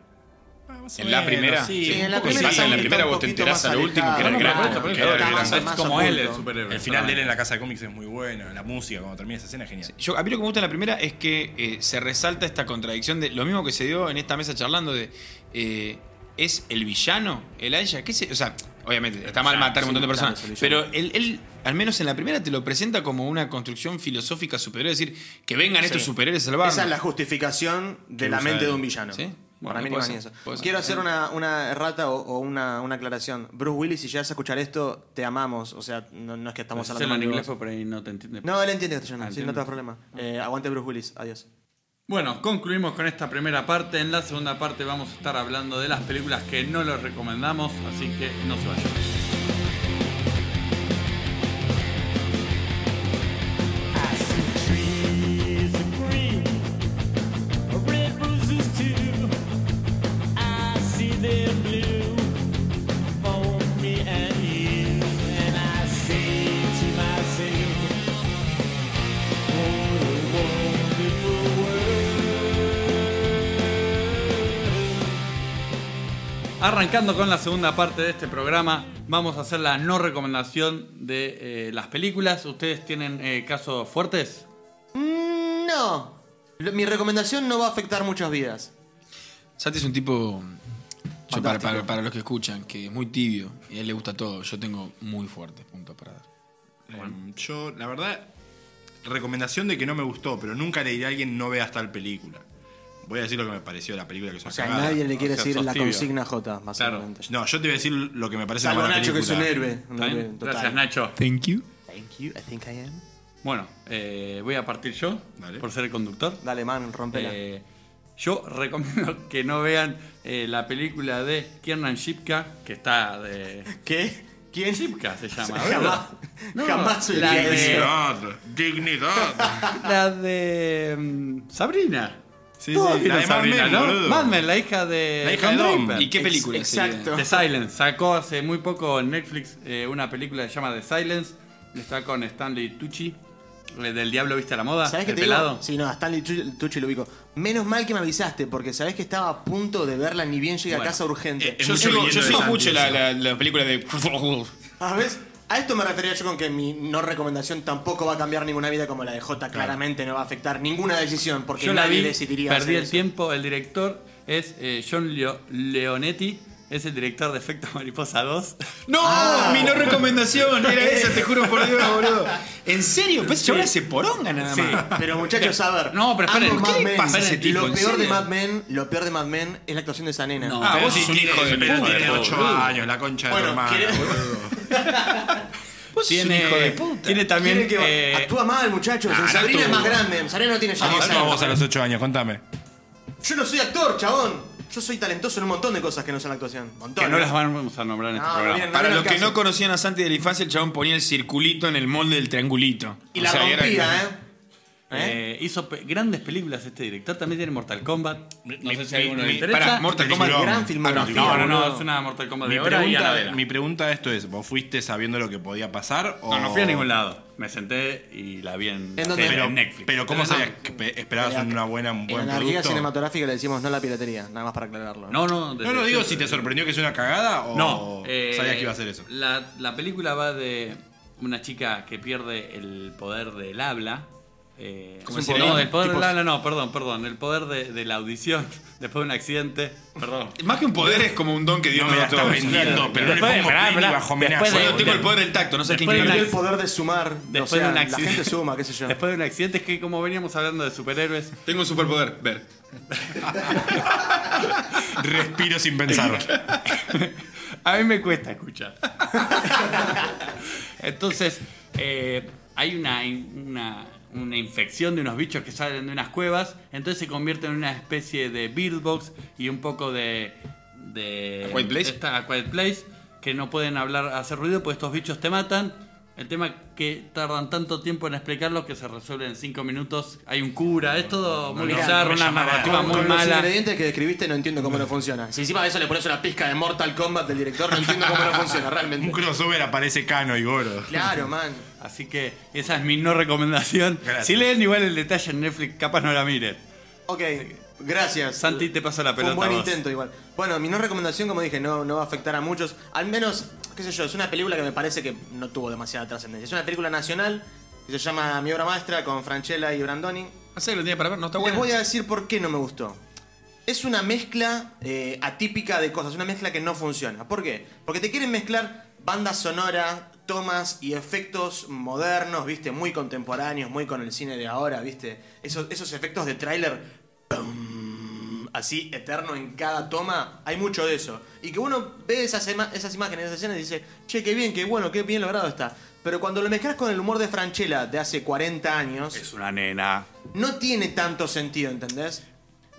Speaker 3: ¿En la primera?
Speaker 4: Sí, en la
Speaker 2: un poco
Speaker 4: primera
Speaker 2: sí.
Speaker 3: pasa en
Speaker 4: está
Speaker 3: la
Speaker 4: un
Speaker 3: primera, vos te
Speaker 4: poquito
Speaker 3: enterás
Speaker 4: más
Speaker 3: al último que
Speaker 4: alejado.
Speaker 3: era el
Speaker 1: No, no,
Speaker 3: gran.
Speaker 1: por eso, por
Speaker 3: que
Speaker 1: eso,
Speaker 3: era el
Speaker 1: está
Speaker 3: gran.
Speaker 4: más-
Speaker 1: Es
Speaker 4: más
Speaker 1: como
Speaker 4: oculto.
Speaker 1: él, el superhéroe.
Speaker 2: El final de él en
Speaker 1: solamente.
Speaker 2: la casa de cómics es muy bueno. La música, cuando termina esa escena, es genial.
Speaker 3: Yo- a mí lo que me gusta de la primera es que eh, se resalta esta contradicción de lo mismo que se dio en esta mesa charlando de eh, es el villano el Aya qué sé o sea obviamente está mal matar a un montón de
Speaker 4: claro,
Speaker 3: personas
Speaker 4: es el
Speaker 3: pero
Speaker 4: villano.
Speaker 3: él, él, al menos en la primera te lo presenta como una construcción filosófica superior es decir que vengan estos
Speaker 4: Sí.
Speaker 3: superhéroes a salvarnos
Speaker 4: Esa es la justificación de
Speaker 2: Que
Speaker 4: la
Speaker 2: usa
Speaker 4: mente
Speaker 2: él.
Speaker 4: de un villano.
Speaker 3: ¿Sí?
Speaker 4: Para
Speaker 3: Bueno,
Speaker 4: mí ni
Speaker 3: puede
Speaker 4: más
Speaker 3: ser,
Speaker 4: ni eso.
Speaker 3: puede ser.
Speaker 4: Quiero hacer una, una errata o, o una, una aclaración. Bruce Willis, si llegas a escuchar esto, te amamos. O sea, no, no es que estamos
Speaker 1: Hacelo
Speaker 4: hablando
Speaker 1: en
Speaker 4: mal de
Speaker 1: inglés porque
Speaker 4: vos.
Speaker 1: por ahí no te entiende.
Speaker 4: No, él entiende castellano,
Speaker 1: Ah,
Speaker 4: sí, no
Speaker 1: entiende.
Speaker 4: te da problema. Eh, aguante Bruce Willis, adiós.
Speaker 1: Bueno, concluimos con esta primera parte. En la segunda parte vamos a estar hablando de las películas que no les recomendamos, así que no se vayan.
Speaker 5: I see trees of green, red roses too. I see them blue for me and you, and I say to myself, what a wonderful world.
Speaker 1: Arrancando con la segunda parte de este programa, vamos a hacer la no recomendación de eh, las películas. ¿Ustedes tienen eh, casos fuertes?
Speaker 4: Mm, No. Lo- Mi recomendación no va a afectar muchas vidas.
Speaker 3: Santi es un tipo. yo para,
Speaker 4: Fantástico.
Speaker 3: para- para los que escuchan, que es muy tibio y a él le gusta todo. Yo tengo muy fuertes puntos para dar.
Speaker 2: Em, yo, la verdad, recomendación de que no me gustó, pero nunca le diré a alguien no veas tal película. Voy a decir lo que me pareció de la película que es
Speaker 4: O
Speaker 2: una
Speaker 4: sea,
Speaker 2: cagada.
Speaker 4: nadie le
Speaker 1: O
Speaker 4: quiere
Speaker 1: sea,
Speaker 4: decir
Speaker 1: sos
Speaker 4: la
Speaker 1: tibio.
Speaker 4: consigna J, básicamente.
Speaker 2: No, yo te voy a decir lo que me parece
Speaker 4: Salvo
Speaker 2: una mala
Speaker 4: Nacho, que es un
Speaker 2: película.
Speaker 4: héroe. Un
Speaker 1: ¿Está bien?
Speaker 4: héroe total.
Speaker 1: Gracias, Nacho.
Speaker 3: Thank you.
Speaker 4: Thank you, I think I am.
Speaker 1: Bueno, eh, voy a partir yo,
Speaker 2: Dale.
Speaker 1: por ser el conductor.
Speaker 4: Dale, man, rompela.
Speaker 1: Eh, yo recomiendo que no vean eh, la película de Kiernan Shipka, que está de.
Speaker 4: ¿Qué? ¿Quién?
Speaker 1: Shipka se llama,
Speaker 4: Jamás.
Speaker 1: ¿verdad? No,
Speaker 4: jamás
Speaker 1: la
Speaker 4: hubiera
Speaker 1: de-
Speaker 4: dicho.
Speaker 2: Dignidad, dignidad.
Speaker 1: La de. mm, Sabrina.
Speaker 2: Sí,
Speaker 1: Todos
Speaker 2: sí,
Speaker 1: vieron
Speaker 2: la de Mad
Speaker 1: Sabrina,
Speaker 2: Men,
Speaker 1: ¿no?
Speaker 2: boludo.
Speaker 1: Mad Men, la hija de.
Speaker 2: La hija de
Speaker 1: Don
Speaker 2: Dom.
Speaker 1: Draper.
Speaker 3: ¿Y qué
Speaker 4: Ex-
Speaker 3: película
Speaker 4: exacto.
Speaker 1: The Silence. Sacó hace muy poco en Netflix eh, una película que se llama The Silence. Está con Stanley Tucci. eh, Del Diablo Viste a la Moda.
Speaker 4: ¿Sabés
Speaker 1: El
Speaker 4: qué te
Speaker 1: pelado.
Speaker 4: digo? Sí, no, a Stanley Tucci, Tucci lo ubico. Menos mal que me avisaste, porque sabés que estaba a punto de verla ni bien llega
Speaker 1: Bueno,
Speaker 4: a casa urgente.
Speaker 2: eh,
Speaker 3: Yo,
Speaker 2: mucho
Speaker 3: sigo,
Speaker 2: viniendo
Speaker 3: yo
Speaker 2: de
Speaker 3: sigo
Speaker 2: Santi,
Speaker 3: mucho la,
Speaker 2: sí.
Speaker 3: la, la película de.
Speaker 4: A ver, ¿ah, a esto me refería yo con que mi no recomendación tampoco va a cambiar ninguna vida como la de J. Claramente no va a afectar ninguna decisión, porque
Speaker 1: Yo la
Speaker 4: nadie
Speaker 1: vi,
Speaker 4: decidiría
Speaker 1: perdí
Speaker 4: hacer
Speaker 1: el
Speaker 4: eso.
Speaker 1: tiempo. El director es eh, John Leo- Leonetti. Es el director de Efecto Mariposa 2.
Speaker 3: ¡No! Mi no recomendación era esa, te juro por Dios, boludo. ¿En serio? Pues yo la hace poronga nada más.
Speaker 4: Pero muchachos, a ver.
Speaker 1: No, pero
Speaker 4: amo
Speaker 1: esperen,
Speaker 4: Mad
Speaker 1: ¿qué le
Speaker 4: Men.
Speaker 1: pasa a ese tipo,
Speaker 4: Lo
Speaker 1: en
Speaker 4: peor de
Speaker 1: serio?
Speaker 4: Mad Men, lo peor de Mad Men es la actuación de esa nena.
Speaker 1: No.
Speaker 2: Ah,
Speaker 3: Ah,
Speaker 2: vos
Speaker 3: vos sos un hijo de
Speaker 2: Pero
Speaker 3: puta,
Speaker 2: tiene
Speaker 3: boludo.
Speaker 2: 8 años, la concha de
Speaker 4: Bueno,
Speaker 2: tu hermana,
Speaker 4: ¿querés-
Speaker 2: boludo.
Speaker 3: Vos sos un
Speaker 1: Tiene,
Speaker 3: hijo de puta.
Speaker 1: tiene también.
Speaker 4: Quiere que-
Speaker 1: eh,
Speaker 4: actúa mal, muchachos.
Speaker 2: ah,
Speaker 4: En Sabrina
Speaker 2: no
Speaker 4: es más
Speaker 2: actúa.
Speaker 4: grande. En Sabrina no tiene ya
Speaker 2: ¿Cómo
Speaker 4: 10
Speaker 2: actuás
Speaker 4: años.
Speaker 2: vos a los 8 años? Contame.
Speaker 4: Yo no soy actor, chabón. Yo soy talentoso en un montón de cosas que no son actuación. Montón.
Speaker 1: que no las vamos a nombrar en este
Speaker 4: No,
Speaker 1: programa.
Speaker 4: miren,
Speaker 3: Para
Speaker 4: no
Speaker 3: los que
Speaker 4: alcanza.
Speaker 3: no conocían a Santi de la infancia, el chabón ponía el circulito en el molde del triangulito.
Speaker 4: Y
Speaker 3: O
Speaker 4: la
Speaker 3: sea, era-
Speaker 4: rompía, ¿eh? ¿Eh?
Speaker 1: Eh, hizo pe- grandes películas este director. También tiene Mortal Kombat.
Speaker 2: Mi-
Speaker 1: No
Speaker 2: mi-
Speaker 1: sé si a
Speaker 2: mi-
Speaker 1: alguno le
Speaker 2: mi-
Speaker 1: interesa.
Speaker 3: pará, Mortal Kombat.
Speaker 2: Peliculón.
Speaker 4: Gran filmografía.
Speaker 1: No, no, no,
Speaker 4: boludo.
Speaker 1: es una Mortal Kombat
Speaker 2: Mi
Speaker 1: de ahora y a la
Speaker 2: pregunta,
Speaker 1: vela.
Speaker 2: mi pregunta esto es, ¿vos fuiste sabiendo lo que podía pasar o...?
Speaker 1: No, no fui a ningún lado. Me senté y la vi en,
Speaker 4: ¿En dónde?
Speaker 1: en
Speaker 2: Pero,
Speaker 1: Netflix.
Speaker 2: pero ¿cómo sabías que pe- esperabas
Speaker 4: Pero,
Speaker 2: una buena, un
Speaker 4: En
Speaker 2: buen
Speaker 4: la guía
Speaker 2: producto?
Speaker 4: cinematográfica le decimos no a la piratería, nada más para aclararlo.
Speaker 1: No, no.
Speaker 2: No,
Speaker 1: desde
Speaker 2: no,
Speaker 1: siempre.
Speaker 2: digo si te sorprendió que es una cagada o
Speaker 1: No. eh,
Speaker 2: sabías que iba a ser eso.
Speaker 1: La, la película va de una chica que pierde el poder del habla. eh,
Speaker 4: ¿Cómo
Speaker 1: no,
Speaker 4: se llama?
Speaker 1: el poder del
Speaker 4: Tipos-
Speaker 1: habla, no, perdón, perdón. El poder de, de la audición después de un accidente. Perdón.
Speaker 3: Más que un poder es como un don que Dios
Speaker 2: No
Speaker 3: me
Speaker 2: me la
Speaker 3: da
Speaker 2: estás
Speaker 3: todo.
Speaker 2: vendiendo, pero no le
Speaker 1: Después-
Speaker 2: pongo
Speaker 1: pará,
Speaker 2: peli
Speaker 1: pará.
Speaker 2: bajo
Speaker 1: Después
Speaker 2: amenaza.
Speaker 1: de-
Speaker 3: Yo tengo el poder del tacto, no sé quién
Speaker 1: Después de
Speaker 4: Perdí
Speaker 1: una-
Speaker 4: el poder de sumar.
Speaker 1: Después
Speaker 4: o sea,
Speaker 1: de un
Speaker 4: la
Speaker 1: accidente-
Speaker 4: gente suma, qué sé yo.
Speaker 1: Después de un accidente es que como veníamos hablando de superhéroes,
Speaker 3: Tengo un superpoder, ver.
Speaker 2: Respiro sin pensar.
Speaker 1: A mí me cuesta escuchar. Entonces, eh, hay una, in- una, una infección de unos bichos que salen de unas cuevas, entonces se convierte en una especie de Bird Box y un poco de... de
Speaker 3: ¿A Quiet Place?
Speaker 1: esta- a Quiet Place, que no pueden hablar, hacer ruido, pues estos bichos te matan. El tema que tardan tanto tiempo en explicarlo que se resuelve en 5 minutos. Hay un cura, es todo muy
Speaker 2: no,
Speaker 1: bizarro,
Speaker 2: no me
Speaker 1: una
Speaker 2: llama nada.
Speaker 1: narrativa
Speaker 4: Con,
Speaker 1: muy
Speaker 4: con los
Speaker 1: mala.
Speaker 4: ingredientes que describiste no entiendo cómo no funciona. Si encima de eso le pones una pizca de Mortal Kombat del director, no entiendo cómo no funciona
Speaker 2: Un
Speaker 4: realmente.
Speaker 2: crossover aparece Cano y Goro.
Speaker 4: Claro, man.
Speaker 1: Así que esa es mi no recomendación.
Speaker 2: Gracias.
Speaker 1: Si leen igual el detalle en Netflix, capaz no la miren.
Speaker 4: Ok, gracias.
Speaker 1: Santi, te paso la
Speaker 4: Fue
Speaker 1: pelota.
Speaker 4: un buen
Speaker 1: a vos.
Speaker 4: intento igual. Bueno, mi no recomendación, como dije, no, no va a afectar a muchos. Al menos, qué sé yo, es una película que me parece que no tuvo demasiada trascendencia. Es una película nacional que se llama Mi obra maestra con Franchella y Brandoni.
Speaker 3: No sé, lo tenía para ver, no está
Speaker 4: Les
Speaker 3: bueno.
Speaker 4: voy a decir por qué no me gustó. Es una mezcla eh, atípica de cosas, una mezcla que no funciona. ¿Por qué? Porque te quieren mezclar banda sonora, tomas y efectos modernos, viste, muy contemporáneos, muy con el cine de ahora, viste. Esos, esos efectos de tráiler. ¡pum! así eterno en cada toma, hay mucho de eso. Y que uno ve esas, ima- esas imágenes, esas escenas y dice, che, qué bien, qué bueno, qué bien logrado está. Pero cuando lo mezclas con el humor de Franchella de hace 40 años,
Speaker 1: Es una nena.
Speaker 4: no tiene tanto sentido, ¿entendés?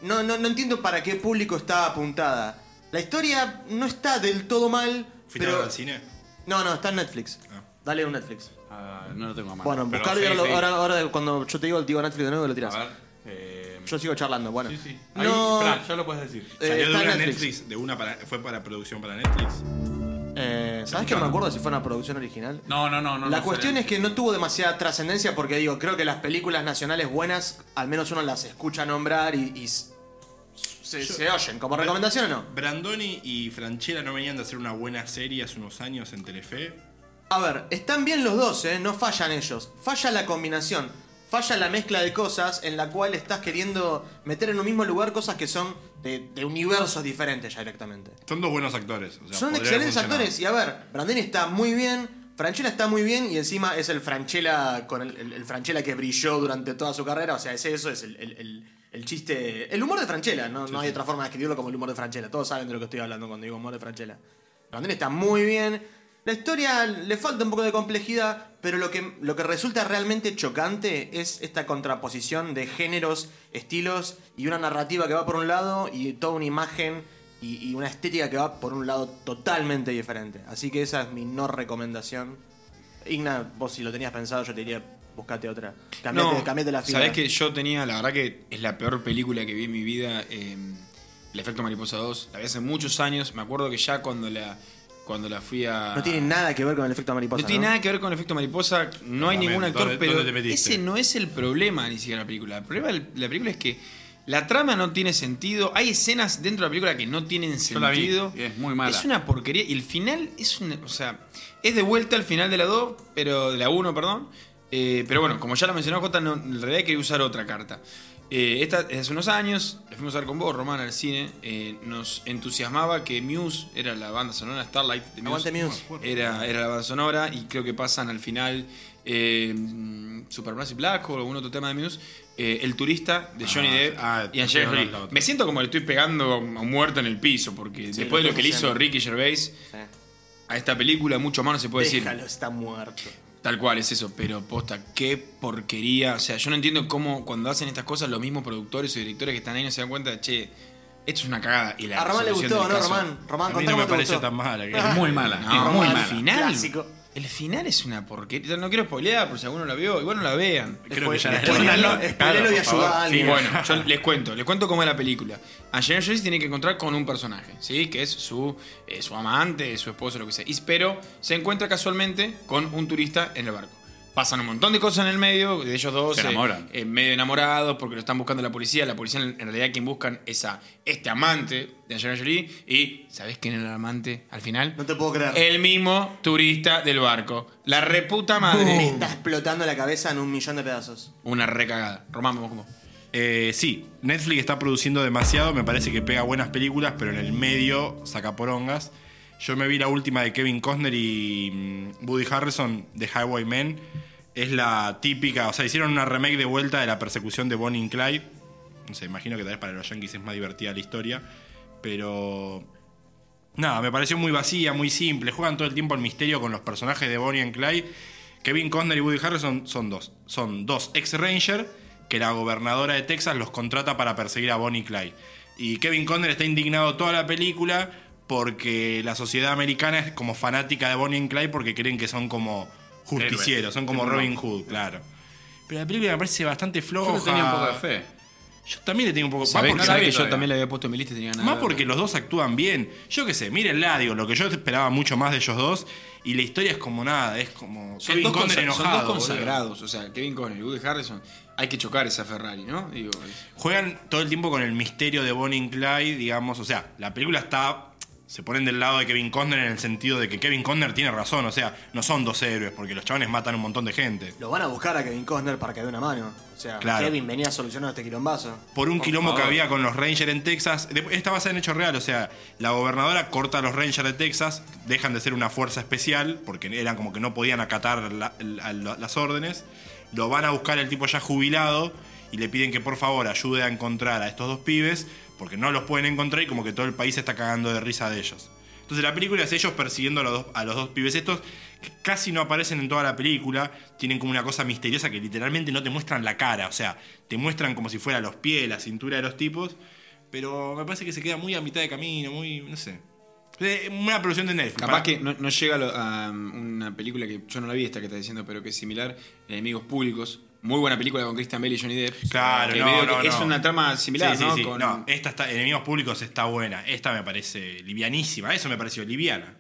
Speaker 4: No, no, no entiendo para qué público está apuntada. La historia no está del todo mal,
Speaker 2: ¿Fuiste a
Speaker 4: pero...
Speaker 2: ver al cine?
Speaker 4: No, no, está en Netflix.
Speaker 2: Ah.
Speaker 4: Dale un Netflix.
Speaker 1: Ah, no lo tengo a mano.
Speaker 4: Bueno,
Speaker 3: pero
Speaker 4: buscalo y
Speaker 3: sí,
Speaker 4: ahora, lo-
Speaker 3: sí.
Speaker 4: ahora, ahora cuando yo te digo, te digo Netflix de nuevo y lo tirás.
Speaker 1: A ver. eh,
Speaker 4: Yo sigo charlando, bueno.
Speaker 1: sí, sí. Ahí,
Speaker 4: No,
Speaker 1: pará, ya lo puedes decir.
Speaker 4: Eh,
Speaker 2: Salió de
Speaker 4: está en
Speaker 2: una
Speaker 4: Netflix.
Speaker 2: Netflix. de una para, fue para producción para Netflix.
Speaker 4: eh, ¿sabes que no me acuerdo si fue una producción original?
Speaker 1: No, no, no. no
Speaker 4: la
Speaker 1: no
Speaker 4: cuestión
Speaker 1: sé.
Speaker 4: es que no tuvo demasiada trascendencia porque digo, creo que las películas nacionales buenas, al menos uno las escucha nombrar y, y s- se, se oyen. ¿Como recomendación o no?
Speaker 2: Brandoni y Franchella no venían de hacer una buena serie hace unos años en Telefe.
Speaker 4: A ver, están bien los dos, ¿eh? No fallan ellos. Falla la combinación. Falla la mezcla de cosas en la cual estás queriendo meter en un mismo lugar cosas que son de, de universos diferentes ya directamente.
Speaker 2: Son dos buenos actores. o sea, podría
Speaker 4: son
Speaker 2: haber
Speaker 4: excelentes
Speaker 2: funcionado.
Speaker 4: actores. Y a ver, Brandini está muy bien. Franchella está muy bien y encima es el Franchella con el, el- el Franchella que brilló durante toda su carrera. O sea, es eso, es el, el- el- el chiste. El humor de Franchella, no, no hay otra forma de escribirlo como el humor de Franchella. Todos saben de lo que estoy hablando cuando digo humor de Franchella. Brandini está muy bien. La historia le falta un poco de complejidad, pero lo que, lo que resulta realmente chocante es esta contraposición de géneros, estilos y una narrativa que va por un lado y toda una imagen y, y una estética que va por un lado totalmente diferente. Así que esa es mi no recomendación. Igna, vos si lo tenías pensado, yo te diría, buscate otra. Cambiate, cambiate la fila.
Speaker 3: Sabés que yo tenía, la verdad que es la peor película que vi en mi vida, eh, El efecto mariposa 2. La vi hace muchos años. Me acuerdo que ya cuando la, cuando la fui a.
Speaker 4: No tiene nada que ver con el efecto mariposa.
Speaker 3: No tiene nada que ver con el efecto mariposa, no hay
Speaker 2: Lamento,
Speaker 3: ningún actor,
Speaker 2: ¿dónde-
Speaker 3: pero
Speaker 2: dónde te metiste?
Speaker 3: ese no es el problema ni siquiera de la película. El problema de la película es que la trama no tiene sentido, hay escenas dentro de la película que no tienen
Speaker 1: Yo la vi,
Speaker 3: sentido.
Speaker 1: y es muy mala.
Speaker 3: Es una porquería y el final es una, o sea, es de vuelta al final de la 2, pero de la 1, perdón. Eh, pero bueno, como ya la mencionó Jota, no, en realidad quería usar otra carta. Eh, esta es de hace unos años, la fuimos a ver con vos, Román, al cine. eh, nos entusiasmaba que Muse era la banda sonora Starlight de Muse.
Speaker 4: Aguante Muse.
Speaker 3: Era, era la banda sonora y creo que pasan al final eh, Supermassive Black o algún otro tema de Muse. eh, el turista de Johnny
Speaker 2: Ah,
Speaker 3: Depp
Speaker 2: ah,
Speaker 3: y Angelina
Speaker 2: no, no,
Speaker 3: Jolie.
Speaker 2: no, no.
Speaker 3: Me siento como le estoy pegando a un muerto en el piso porque
Speaker 4: Sí,
Speaker 3: después
Speaker 4: lo
Speaker 3: de lo que le
Speaker 4: estás
Speaker 3: hizo
Speaker 4: haciendo.
Speaker 3: Ricky Gervais
Speaker 4: Eh,
Speaker 3: a esta película, mucho más no se puede decir.
Speaker 4: Déjalo, está muerto.
Speaker 3: Tal cual, es eso. Pero posta, qué porquería. O sea, yo no entiendo cómo cuando hacen estas cosas los mismos productores o directores que están ahí no se dan cuenta de, che, esto es una cagada. Y la
Speaker 4: a Román le
Speaker 3: resolución
Speaker 4: gustó,
Speaker 3: del
Speaker 4: ¿no,
Speaker 3: caso-
Speaker 4: Román? Román,
Speaker 2: A mí no
Speaker 4: contame
Speaker 2: me
Speaker 4: cómo te
Speaker 2: parece
Speaker 4: gustó.
Speaker 2: tan mala. que-
Speaker 1: Es muy mala.
Speaker 3: No,
Speaker 1: es muy
Speaker 3: el
Speaker 1: mala.
Speaker 3: final.
Speaker 4: Clásico.
Speaker 3: El final es una porquería. No quiero spoilear por si alguno la vio. Igual no la vean.
Speaker 2: Creo que ya la-
Speaker 4: Spoilealo-
Speaker 2: Claro,
Speaker 4: spoilealo y
Speaker 2: por favor.
Speaker 4: ayudá a
Speaker 3: Sí,
Speaker 4: alguien.
Speaker 3: bueno, yo les cuento, les cuento cómo es la película. Angelina Jolie se tiene que encontrar con un personaje, ¿sí? Que es su, eh, su amante, su esposo, lo que sea. Y- pero se encuentra casualmente con un turista en el barco. Pasan un montón de cosas en el medio, de ellos dos.
Speaker 1: Se
Speaker 3: eh,
Speaker 1: enamoran.
Speaker 3: eh, medio enamorados porque lo están buscando la policía. La policía, en en realidad, quien buscan es a este amante de Angelina Jolie. Y, ¿sabés quién era el amante al final?
Speaker 4: No te puedo creer.
Speaker 3: El mismo turista del barco. La reputa
Speaker 4: Me
Speaker 3: madre.
Speaker 4: está explotando la cabeza en un millón de pedazos.
Speaker 3: Una recagada. Román, vamos como.
Speaker 2: Eh, sí, Netflix está produciendo demasiado, me parece que pega buenas películas, pero en el medio saca porongas. Yo me vi la última de Kevin Costner y mm, Woody Harrison de Highwaymen. Es la típica, o sea, hicieron una remake de vuelta de la persecución de Bonnie y Clyde. No sé, imagino que tal vez para los yankees es más divertida la historia, pero Nada, me pareció muy vacía, muy simple. Juegan todo el tiempo al misterio con los personajes de Bonnie y Clyde. Kevin Costner y Woody Harrison son dos. Son dos ex-ranger que la gobernadora de Texas los contrata para perseguir a Bonnie y Clyde. Y Kevin Costner está indignado toda la película porque la sociedad americana es como fanática de Bonnie y Clyde porque creen que son como justicieros, son como Robin Hood, claro. Pero la película me parece bastante floja.
Speaker 1: Yo le tenía un poco de fe.
Speaker 2: Yo también le tengo un poco de fe.
Speaker 3: ¿Sabés,
Speaker 1: porque-
Speaker 3: sabés
Speaker 1: no la vi
Speaker 3: que yo
Speaker 1: todavía.
Speaker 3: también le había puesto en mi lista y tenía nada.
Speaker 2: Más porque los dos actúan bien. Yo qué sé, mírenla, digo, lo que yo esperaba mucho más de ellos dos. Y la historia es como nada, es como.
Speaker 3: son
Speaker 2: Kevin
Speaker 3: dos,
Speaker 2: Conner
Speaker 3: consa- son dos
Speaker 2: enojado, boludo.
Speaker 3: consagrados. O sea, Kevin Conner y Woody Harrison. Hay que chocar esa Ferrari, ¿no? Digo,
Speaker 2: Juegan todo el tiempo con el misterio de Bonnie y Clyde, digamos. O sea, la película está. Se ponen del lado de Kevin Conner en el sentido de que Kevin Conner tiene razón. O sea, no son dos héroes, porque los chavales matan un montón de gente.
Speaker 4: Lo van a buscar a Kevin Costner para que dé una mano. O sea,
Speaker 2: Claro.
Speaker 4: Kevin venía a solucionar este quilombazo.
Speaker 2: por un quilombo
Speaker 1: favor.
Speaker 2: que había con los Rangers en Texas. De- Esta base en hecho real, o sea, la gobernadora corta a los Rangers de Texas, dejan de ser una fuerza especial, porque eran como que no podían acatar la- la- la- las órdenes. Lo van a buscar el tipo ya jubilado y le piden que por favor ayude a encontrar a estos dos pibes porque no los pueden encontrar y como que todo el país se está cagando de risa de ellos. Entonces la película es ellos persiguiendo a los, dos, a los dos pibes estos que casi no aparecen en toda la película, tienen como una cosa misteriosa que literalmente no te muestran la cara, o sea, te muestran como si fuera los pies, la cintura de los tipos, pero me parece que se queda muy a mitad de camino, muy, no sé. Eh, Una producción de Netflix.
Speaker 3: Capaz
Speaker 2: para-
Speaker 3: que no, no llega a, lo- a um, una película que yo no la vi, esta que está diciendo, pero que es similar, Enemigos Públicos. Muy buena película con Christian Bale y Johnny Depp.
Speaker 2: Claro,
Speaker 3: Que
Speaker 2: no,
Speaker 3: medio que
Speaker 2: no,
Speaker 3: Es
Speaker 2: no.
Speaker 3: una trama similar,
Speaker 2: Sí, sí,
Speaker 3: ¿no?
Speaker 2: sí.
Speaker 3: Con-
Speaker 2: No, esta está, Enemigos Públicos está buena. Esta me parece livianísima. Eso me pareció liviana.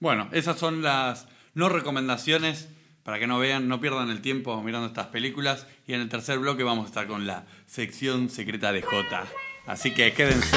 Speaker 1: Bueno, esas son las no recomendaciones para que no vean, no pierdan el tiempo mirando estas películas. Y en el tercer bloque vamos a estar con la sección secreta de J. Así que quédense.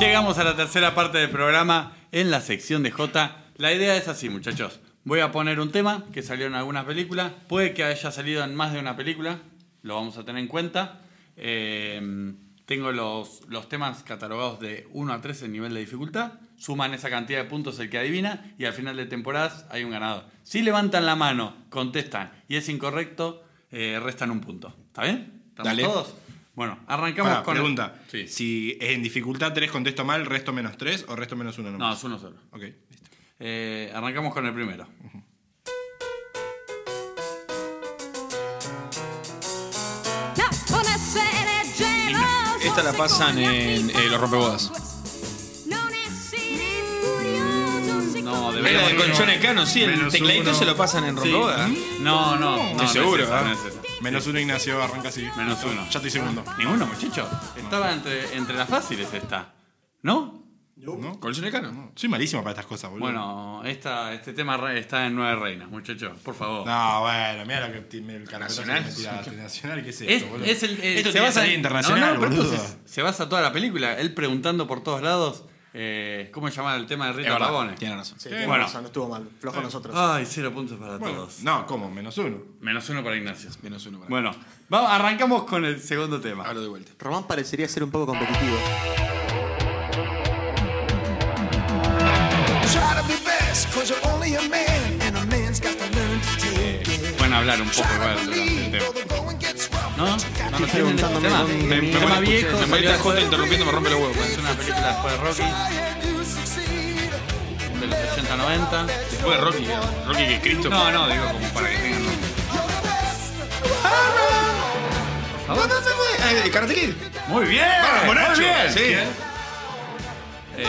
Speaker 1: Llegamos a la tercera parte del programa en la sección de J. La idea es así, muchachos. Voy a poner un tema que salió en algunas películas. Puede que haya salido en más de una película. Lo vamos a tener en cuenta. Eh, tengo los, los temas catalogados de 1 a 3 en nivel de dificultad. Suman esa cantidad de puntos el que adivina. Y al final de temporadas hay un ganador. Si levantan la mano, contestan y es incorrecto, eh, restan un punto. ¿Está bien? ¿Estamos
Speaker 3: Dale.
Speaker 1: todos? Bueno, arrancamos
Speaker 2: Pará,
Speaker 1: con.
Speaker 2: pregunta.
Speaker 1: Sí.
Speaker 2: Si en dificultad 3 contesto mal, resto menos 3 o resto menos 1
Speaker 1: No,
Speaker 2: nomás.
Speaker 1: es uno solo.
Speaker 2: Ok, listo.
Speaker 1: Eh, arrancamos con el primero.
Speaker 6: Esta la pasan en eh, Los Rompebodas.
Speaker 1: No, de
Speaker 3: Pero
Speaker 1: verdad.
Speaker 3: con John Cano, sí, el
Speaker 2: eh, menos
Speaker 3: tecladito
Speaker 2: uno.
Speaker 3: se lo pasan en
Speaker 1: Sí. Mm.
Speaker 3: Rompebodas.
Speaker 1: No, no, no. no es
Speaker 3: seguro,
Speaker 1: esa,
Speaker 3: ¿eh?
Speaker 1: no es esa.
Speaker 2: Menos 1 Ignacio, arranca así.
Speaker 1: Menos uno.
Speaker 2: Ya estoy segundo.
Speaker 1: Ninguno, muchacho. Estaba entre, entre las fáciles esta. ¿No?
Speaker 2: ¿No?
Speaker 3: Con John Cano.
Speaker 2: Soy malísimo para estas cosas, boludo.
Speaker 1: Bueno, esta, este tema re- está en Nueve Reinas, muchacho. Por favor.
Speaker 2: No, bueno, mira lo que ti- el carpetazo que
Speaker 3: Nacional.
Speaker 2: me tiraste. Nacional, ¿qué es
Speaker 1: Es,
Speaker 2: esto, boludo?
Speaker 1: es el, eh,
Speaker 2: esto se basa en internacional,
Speaker 1: No, no, pero esto
Speaker 2: boludo.
Speaker 1: se, se basa toda la película. Él preguntando por todos lados. eh, ¿Cómo se llama el tema de Rita Pavone?
Speaker 3: Tiene razón.
Speaker 4: Sí, tenés
Speaker 1: Bueno.
Speaker 4: razón, no estuvo mal. Flojo nosotros.
Speaker 1: Ay, cero puntos para
Speaker 2: Bueno,
Speaker 1: todos.
Speaker 2: no, ¿cómo? Menos uno.
Speaker 1: Menos uno para Ignacio.
Speaker 3: Menos uno para
Speaker 1: Bueno, vamos, arrancamos con el segundo tema.
Speaker 3: Hablo de vuelta.
Speaker 4: Román parecería ser un poco competitivo.
Speaker 7: Try to be best, cause you're only a man, and a man's got to learn to take it.
Speaker 1: Pueden hablar un poco
Speaker 7: Try
Speaker 1: igual
Speaker 7: to
Speaker 1: durante el
Speaker 7: believe,
Speaker 1: tema.
Speaker 7: though the going gets rough.
Speaker 1: No, no, no, no tienen este
Speaker 4: preguntándome
Speaker 1: tema.
Speaker 4: dónde
Speaker 1: Me- me
Speaker 4: mierda
Speaker 1: tema viejo,
Speaker 3: Me
Speaker 1: salió
Speaker 3: parece justo
Speaker 1: después-
Speaker 3: interrumpiendo, me rompe los huevos.
Speaker 1: Es una película después de Rocky,
Speaker 7: Try and you succeed.
Speaker 1: de los 80-90.
Speaker 3: Después de Rocky, Rocky que Cristo.
Speaker 1: No, no, digo como para que tengan.
Speaker 7: You're the best.
Speaker 3: Eh, Karate Kid.
Speaker 1: Muy bien, muy bien.
Speaker 3: Ah, Sí.
Speaker 1: Eh,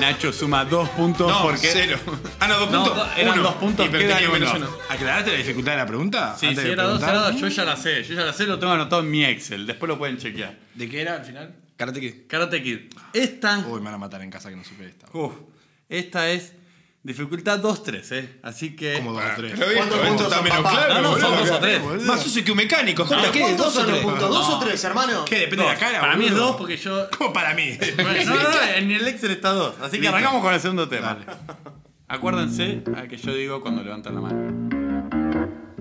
Speaker 1: Nacho suma dos puntos
Speaker 3: No,
Speaker 1: porque.
Speaker 3: cero. Ah, no, dos
Speaker 1: No,
Speaker 3: puntos.
Speaker 1: do- eran
Speaker 3: Uno.
Speaker 1: dos puntos,
Speaker 3: Y pero
Speaker 1: queda
Speaker 3: tenía
Speaker 1: uno.
Speaker 3: menos uno.
Speaker 2: ¿Aclaraste la dificultad de la pregunta?
Speaker 1: Sí,
Speaker 2: Antes
Speaker 1: si
Speaker 2: de
Speaker 1: era dos
Speaker 2: preguntar.
Speaker 1: era dos, yo ya la sé, yo ya la sé, lo tengo anotado en mi Excel, después lo pueden chequear.
Speaker 2: ¿De qué era al final?
Speaker 3: Karate Kid.
Speaker 1: Karate Kid. Esta.
Speaker 2: Uy, me van a matar en casa que no supe esta.
Speaker 1: Uf, esta es dificultad 2-3, eh. Así que.
Speaker 2: Como
Speaker 3: Ah,
Speaker 2: dos o tres.
Speaker 4: ¿Cuántos puntos
Speaker 3: está
Speaker 4: son,
Speaker 3: menos
Speaker 4: papá?
Speaker 3: claro.
Speaker 1: No, no, son
Speaker 3: boludo.
Speaker 1: dos o tres.
Speaker 3: Más sucio que un mecánico. Jota, ¿qué?
Speaker 4: ¿Cuántos
Speaker 3: Dos o
Speaker 4: son los
Speaker 3: tres.
Speaker 4: puntos? ¿Dos o tres, hermano?
Speaker 2: ¿Qué? Depende de la cara,
Speaker 1: Para mí es
Speaker 2: boludo.
Speaker 1: dos porque yo.
Speaker 2: ¿Cómo para mí?
Speaker 1: Bueno, no, no, no, en el Excel está dos. Así que
Speaker 2: Listo.
Speaker 1: arrancamos con el segundo tema. Acuérdense a que yo digo cuando levantan la mano.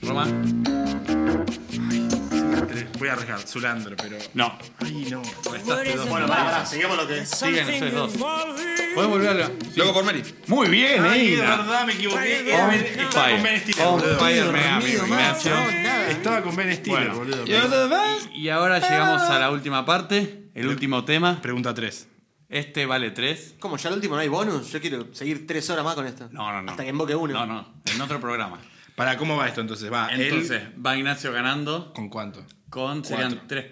Speaker 1: Roma.
Speaker 2: Voy a arriesgar, Zulandro, pero.
Speaker 1: No.
Speaker 2: Ay, no.
Speaker 4: Bueno, pará, pará, sigamos lo que
Speaker 1: Sigan ustedes dos. ¿Podés volver a la-
Speaker 3: Loco por Mary.
Speaker 1: Muy bien,
Speaker 2: Ay, de
Speaker 1: Ina.
Speaker 2: verdad, me equivoqué.
Speaker 1: On
Speaker 2: Eh, Estaba con Ben Stiller,
Speaker 1: On
Speaker 2: boludo.
Speaker 1: fire, me da, amigo Ignacio.
Speaker 2: Estaba con Ben Stiller,
Speaker 1: Bueno.
Speaker 2: boludo.
Speaker 1: Y ahora llegamos a la última parte, el último tema.
Speaker 2: Pregunta 3.
Speaker 1: Este vale 3.
Speaker 4: ¿Cómo? ¿Ya el último no hay bonus? Yo quiero seguir tres horas más con esto.
Speaker 1: No, no, no.
Speaker 4: Hasta que invoque uno.
Speaker 1: No, no, en otro programa.
Speaker 2: ¿Para cómo va esto entonces? Va, él-
Speaker 1: Entonces, va Ignacio ganando
Speaker 2: ¿Con cuánto?
Speaker 1: con. Serían tres.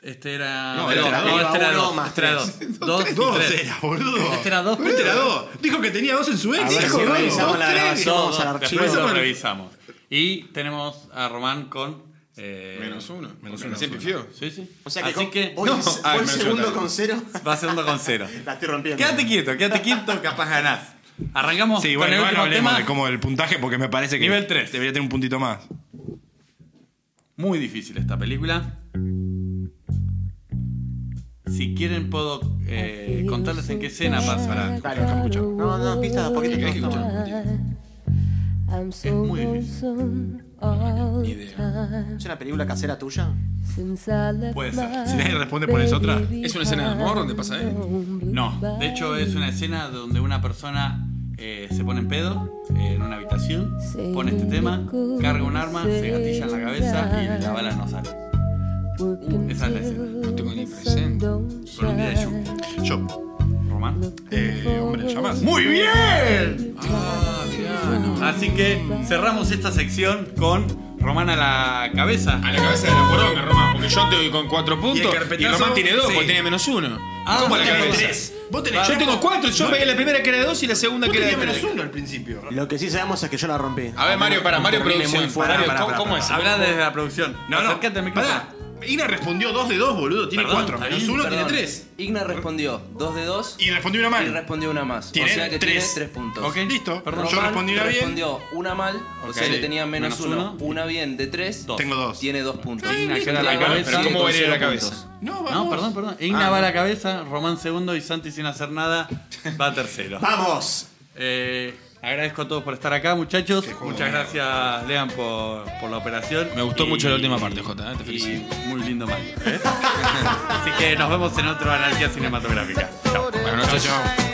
Speaker 1: Este era.
Speaker 2: No, era
Speaker 1: dos,
Speaker 2: era
Speaker 1: no,
Speaker 4: dos.
Speaker 1: este era
Speaker 4: Uno
Speaker 1: dos.
Speaker 4: más
Speaker 1: Este era dos. Dos, y
Speaker 2: Dos
Speaker 1: tres.
Speaker 2: era, boludo.
Speaker 1: Este era dos,
Speaker 2: Este era
Speaker 1: pero-
Speaker 2: dos. Dijo que tenía dos en su
Speaker 4: A
Speaker 2: ex.
Speaker 4: ver
Speaker 2: Dijo
Speaker 4: si
Speaker 2: dos,
Speaker 4: revisamos
Speaker 2: dos,
Speaker 4: la
Speaker 2: tres.
Speaker 4: grabación. Vamos al
Speaker 1: Dos, después
Speaker 4: archivo.
Speaker 1: lo revisamos. Y tenemos a Román con. eh,
Speaker 3: Menos uno.
Speaker 2: Menos
Speaker 3: Porque
Speaker 2: uno,
Speaker 3: Recién
Speaker 2: uno.
Speaker 3: pifió.
Speaker 1: Sí, sí.
Speaker 4: O sea que,
Speaker 1: Así
Speaker 4: con-
Speaker 1: que
Speaker 4: voy,
Speaker 3: No,
Speaker 4: voy
Speaker 3: ah, me
Speaker 4: segundo
Speaker 3: suena.
Speaker 4: con cero.
Speaker 1: va segundo con cero.
Speaker 4: La estoy rompiendo.
Speaker 1: Quédate quieto, quédate quieto, capaz ganás. Arrancamos
Speaker 2: Sí,
Speaker 1: con
Speaker 2: bueno,
Speaker 1: el
Speaker 2: igual no
Speaker 1: último
Speaker 2: hablemos
Speaker 1: tema.
Speaker 2: de cómo el puntaje porque me parece que.
Speaker 1: Nivel tres.
Speaker 2: Debería tener un puntito más.
Speaker 1: Muy difícil esta película. Si quieren puedo eh, contarles en qué escena pasa.
Speaker 2: Pará, déjame escuchar.
Speaker 4: No, no, pistas de a poquito.
Speaker 3: ¿Querés que
Speaker 4: no,
Speaker 3: escuchemos?
Speaker 4: no.
Speaker 1: Es muy difícil.
Speaker 3: Ni idea.
Speaker 4: ¿Es una película casera tuya?
Speaker 8: Since I left
Speaker 1: Puede ser.
Speaker 8: my
Speaker 2: Si nadie responde, pones otra.
Speaker 8: baby
Speaker 3: ¿Es una escena de amor donde pasa él?
Speaker 1: No, de hecho es una escena donde una persona eh, se pone en pedo eh, en una habitación, pone este tema, carga un arma, se gatilla en la cabeza y la bala no sale.
Speaker 8: working
Speaker 1: uh, Esa es la escena.
Speaker 3: No tengo ni presente.
Speaker 1: Por un día de lluvia.
Speaker 2: Yo,
Speaker 1: Román.
Speaker 2: eh, hombre, llamas.
Speaker 1: ¡Muy bien!
Speaker 3: Ah, mirá, no.
Speaker 1: Así que cerramos esta sección con Román a la cabeza.
Speaker 3: A la cabeza de la poronga, Román, porque yo te doy con cuatro puntos y,
Speaker 2: carpetazo,
Speaker 3: Román tiene dos,
Speaker 2: sí.
Speaker 3: porque tiene menos uno.
Speaker 1: Ah,
Speaker 3: ¿Cómo
Speaker 1: vos
Speaker 3: la
Speaker 1: tenés
Speaker 3: cabeza?
Speaker 2: tres. Vos tenés
Speaker 3: yo
Speaker 2: cuatro.
Speaker 3: tengo cuatro, yo pegué la primera que era de dos y la segunda que era de tres.
Speaker 2: uno al principio.
Speaker 4: Lo que sí sabemos es que yo la rompí.
Speaker 3: A ver, Mario, para, Mario
Speaker 4: Termine
Speaker 3: Producción.
Speaker 4: muy fuerte.
Speaker 3: Mario,
Speaker 4: Pará,
Speaker 3: ¿cómo,
Speaker 4: pará,
Speaker 3: cómo
Speaker 4: pará.
Speaker 3: es?
Speaker 1: Habla desde la producción.
Speaker 2: No, no.
Speaker 1: Acércate al micrófono.
Speaker 2: Pará. Ina respondió dos de dos, boludo. Tiene
Speaker 1: Perdón,
Speaker 2: cuatro.
Speaker 1: está
Speaker 2: Menos
Speaker 1: bien,
Speaker 2: uno,
Speaker 9: Perdón.
Speaker 2: tiene tres.
Speaker 9: Igna respondió dos de dos
Speaker 2: Y respondió una
Speaker 9: y
Speaker 2: mal.
Speaker 9: respondió una más.
Speaker 2: Tiene
Speaker 9: o sea que
Speaker 2: tres.
Speaker 9: tiene tres puntos.
Speaker 1: Ok,
Speaker 2: Listo.
Speaker 1: Perdón,
Speaker 2: yo
Speaker 9: Román
Speaker 2: respondí una bien.
Speaker 9: respondió una mal, o sea
Speaker 1: Ok.
Speaker 9: le tenía menos,
Speaker 1: Menos
Speaker 9: uno.
Speaker 1: uno.
Speaker 9: Una bien de tres,
Speaker 1: Dos.
Speaker 2: Tengo dos.
Speaker 9: tiene dos puntos.
Speaker 1: Igna queda la
Speaker 9: Santiago
Speaker 1: cabeza.
Speaker 9: sigue
Speaker 1: ¿Cómo
Speaker 9: con
Speaker 3: va a ir
Speaker 9: cero
Speaker 3: la cabeza?
Speaker 9: puntos.
Speaker 2: No,
Speaker 1: No,
Speaker 2: vamos.
Speaker 1: perdón, perdón. Igna va a la cabeza, Román segundo y Santi sin hacer nada va tercero.
Speaker 4: ¡Vamos!
Speaker 1: Eh, agradezco a todos por estar acá, muchachos. Muchas gracias, Lean, por, por la operación.
Speaker 3: Me gustó
Speaker 1: Y-
Speaker 3: mucho la última parte, Jota, eh, te felicito.
Speaker 1: Y muy lindo Mario. ¿eh? Así que nos vemos en otro Anarquía Cinematográfica. Chao.
Speaker 3: Buenas noches, chao.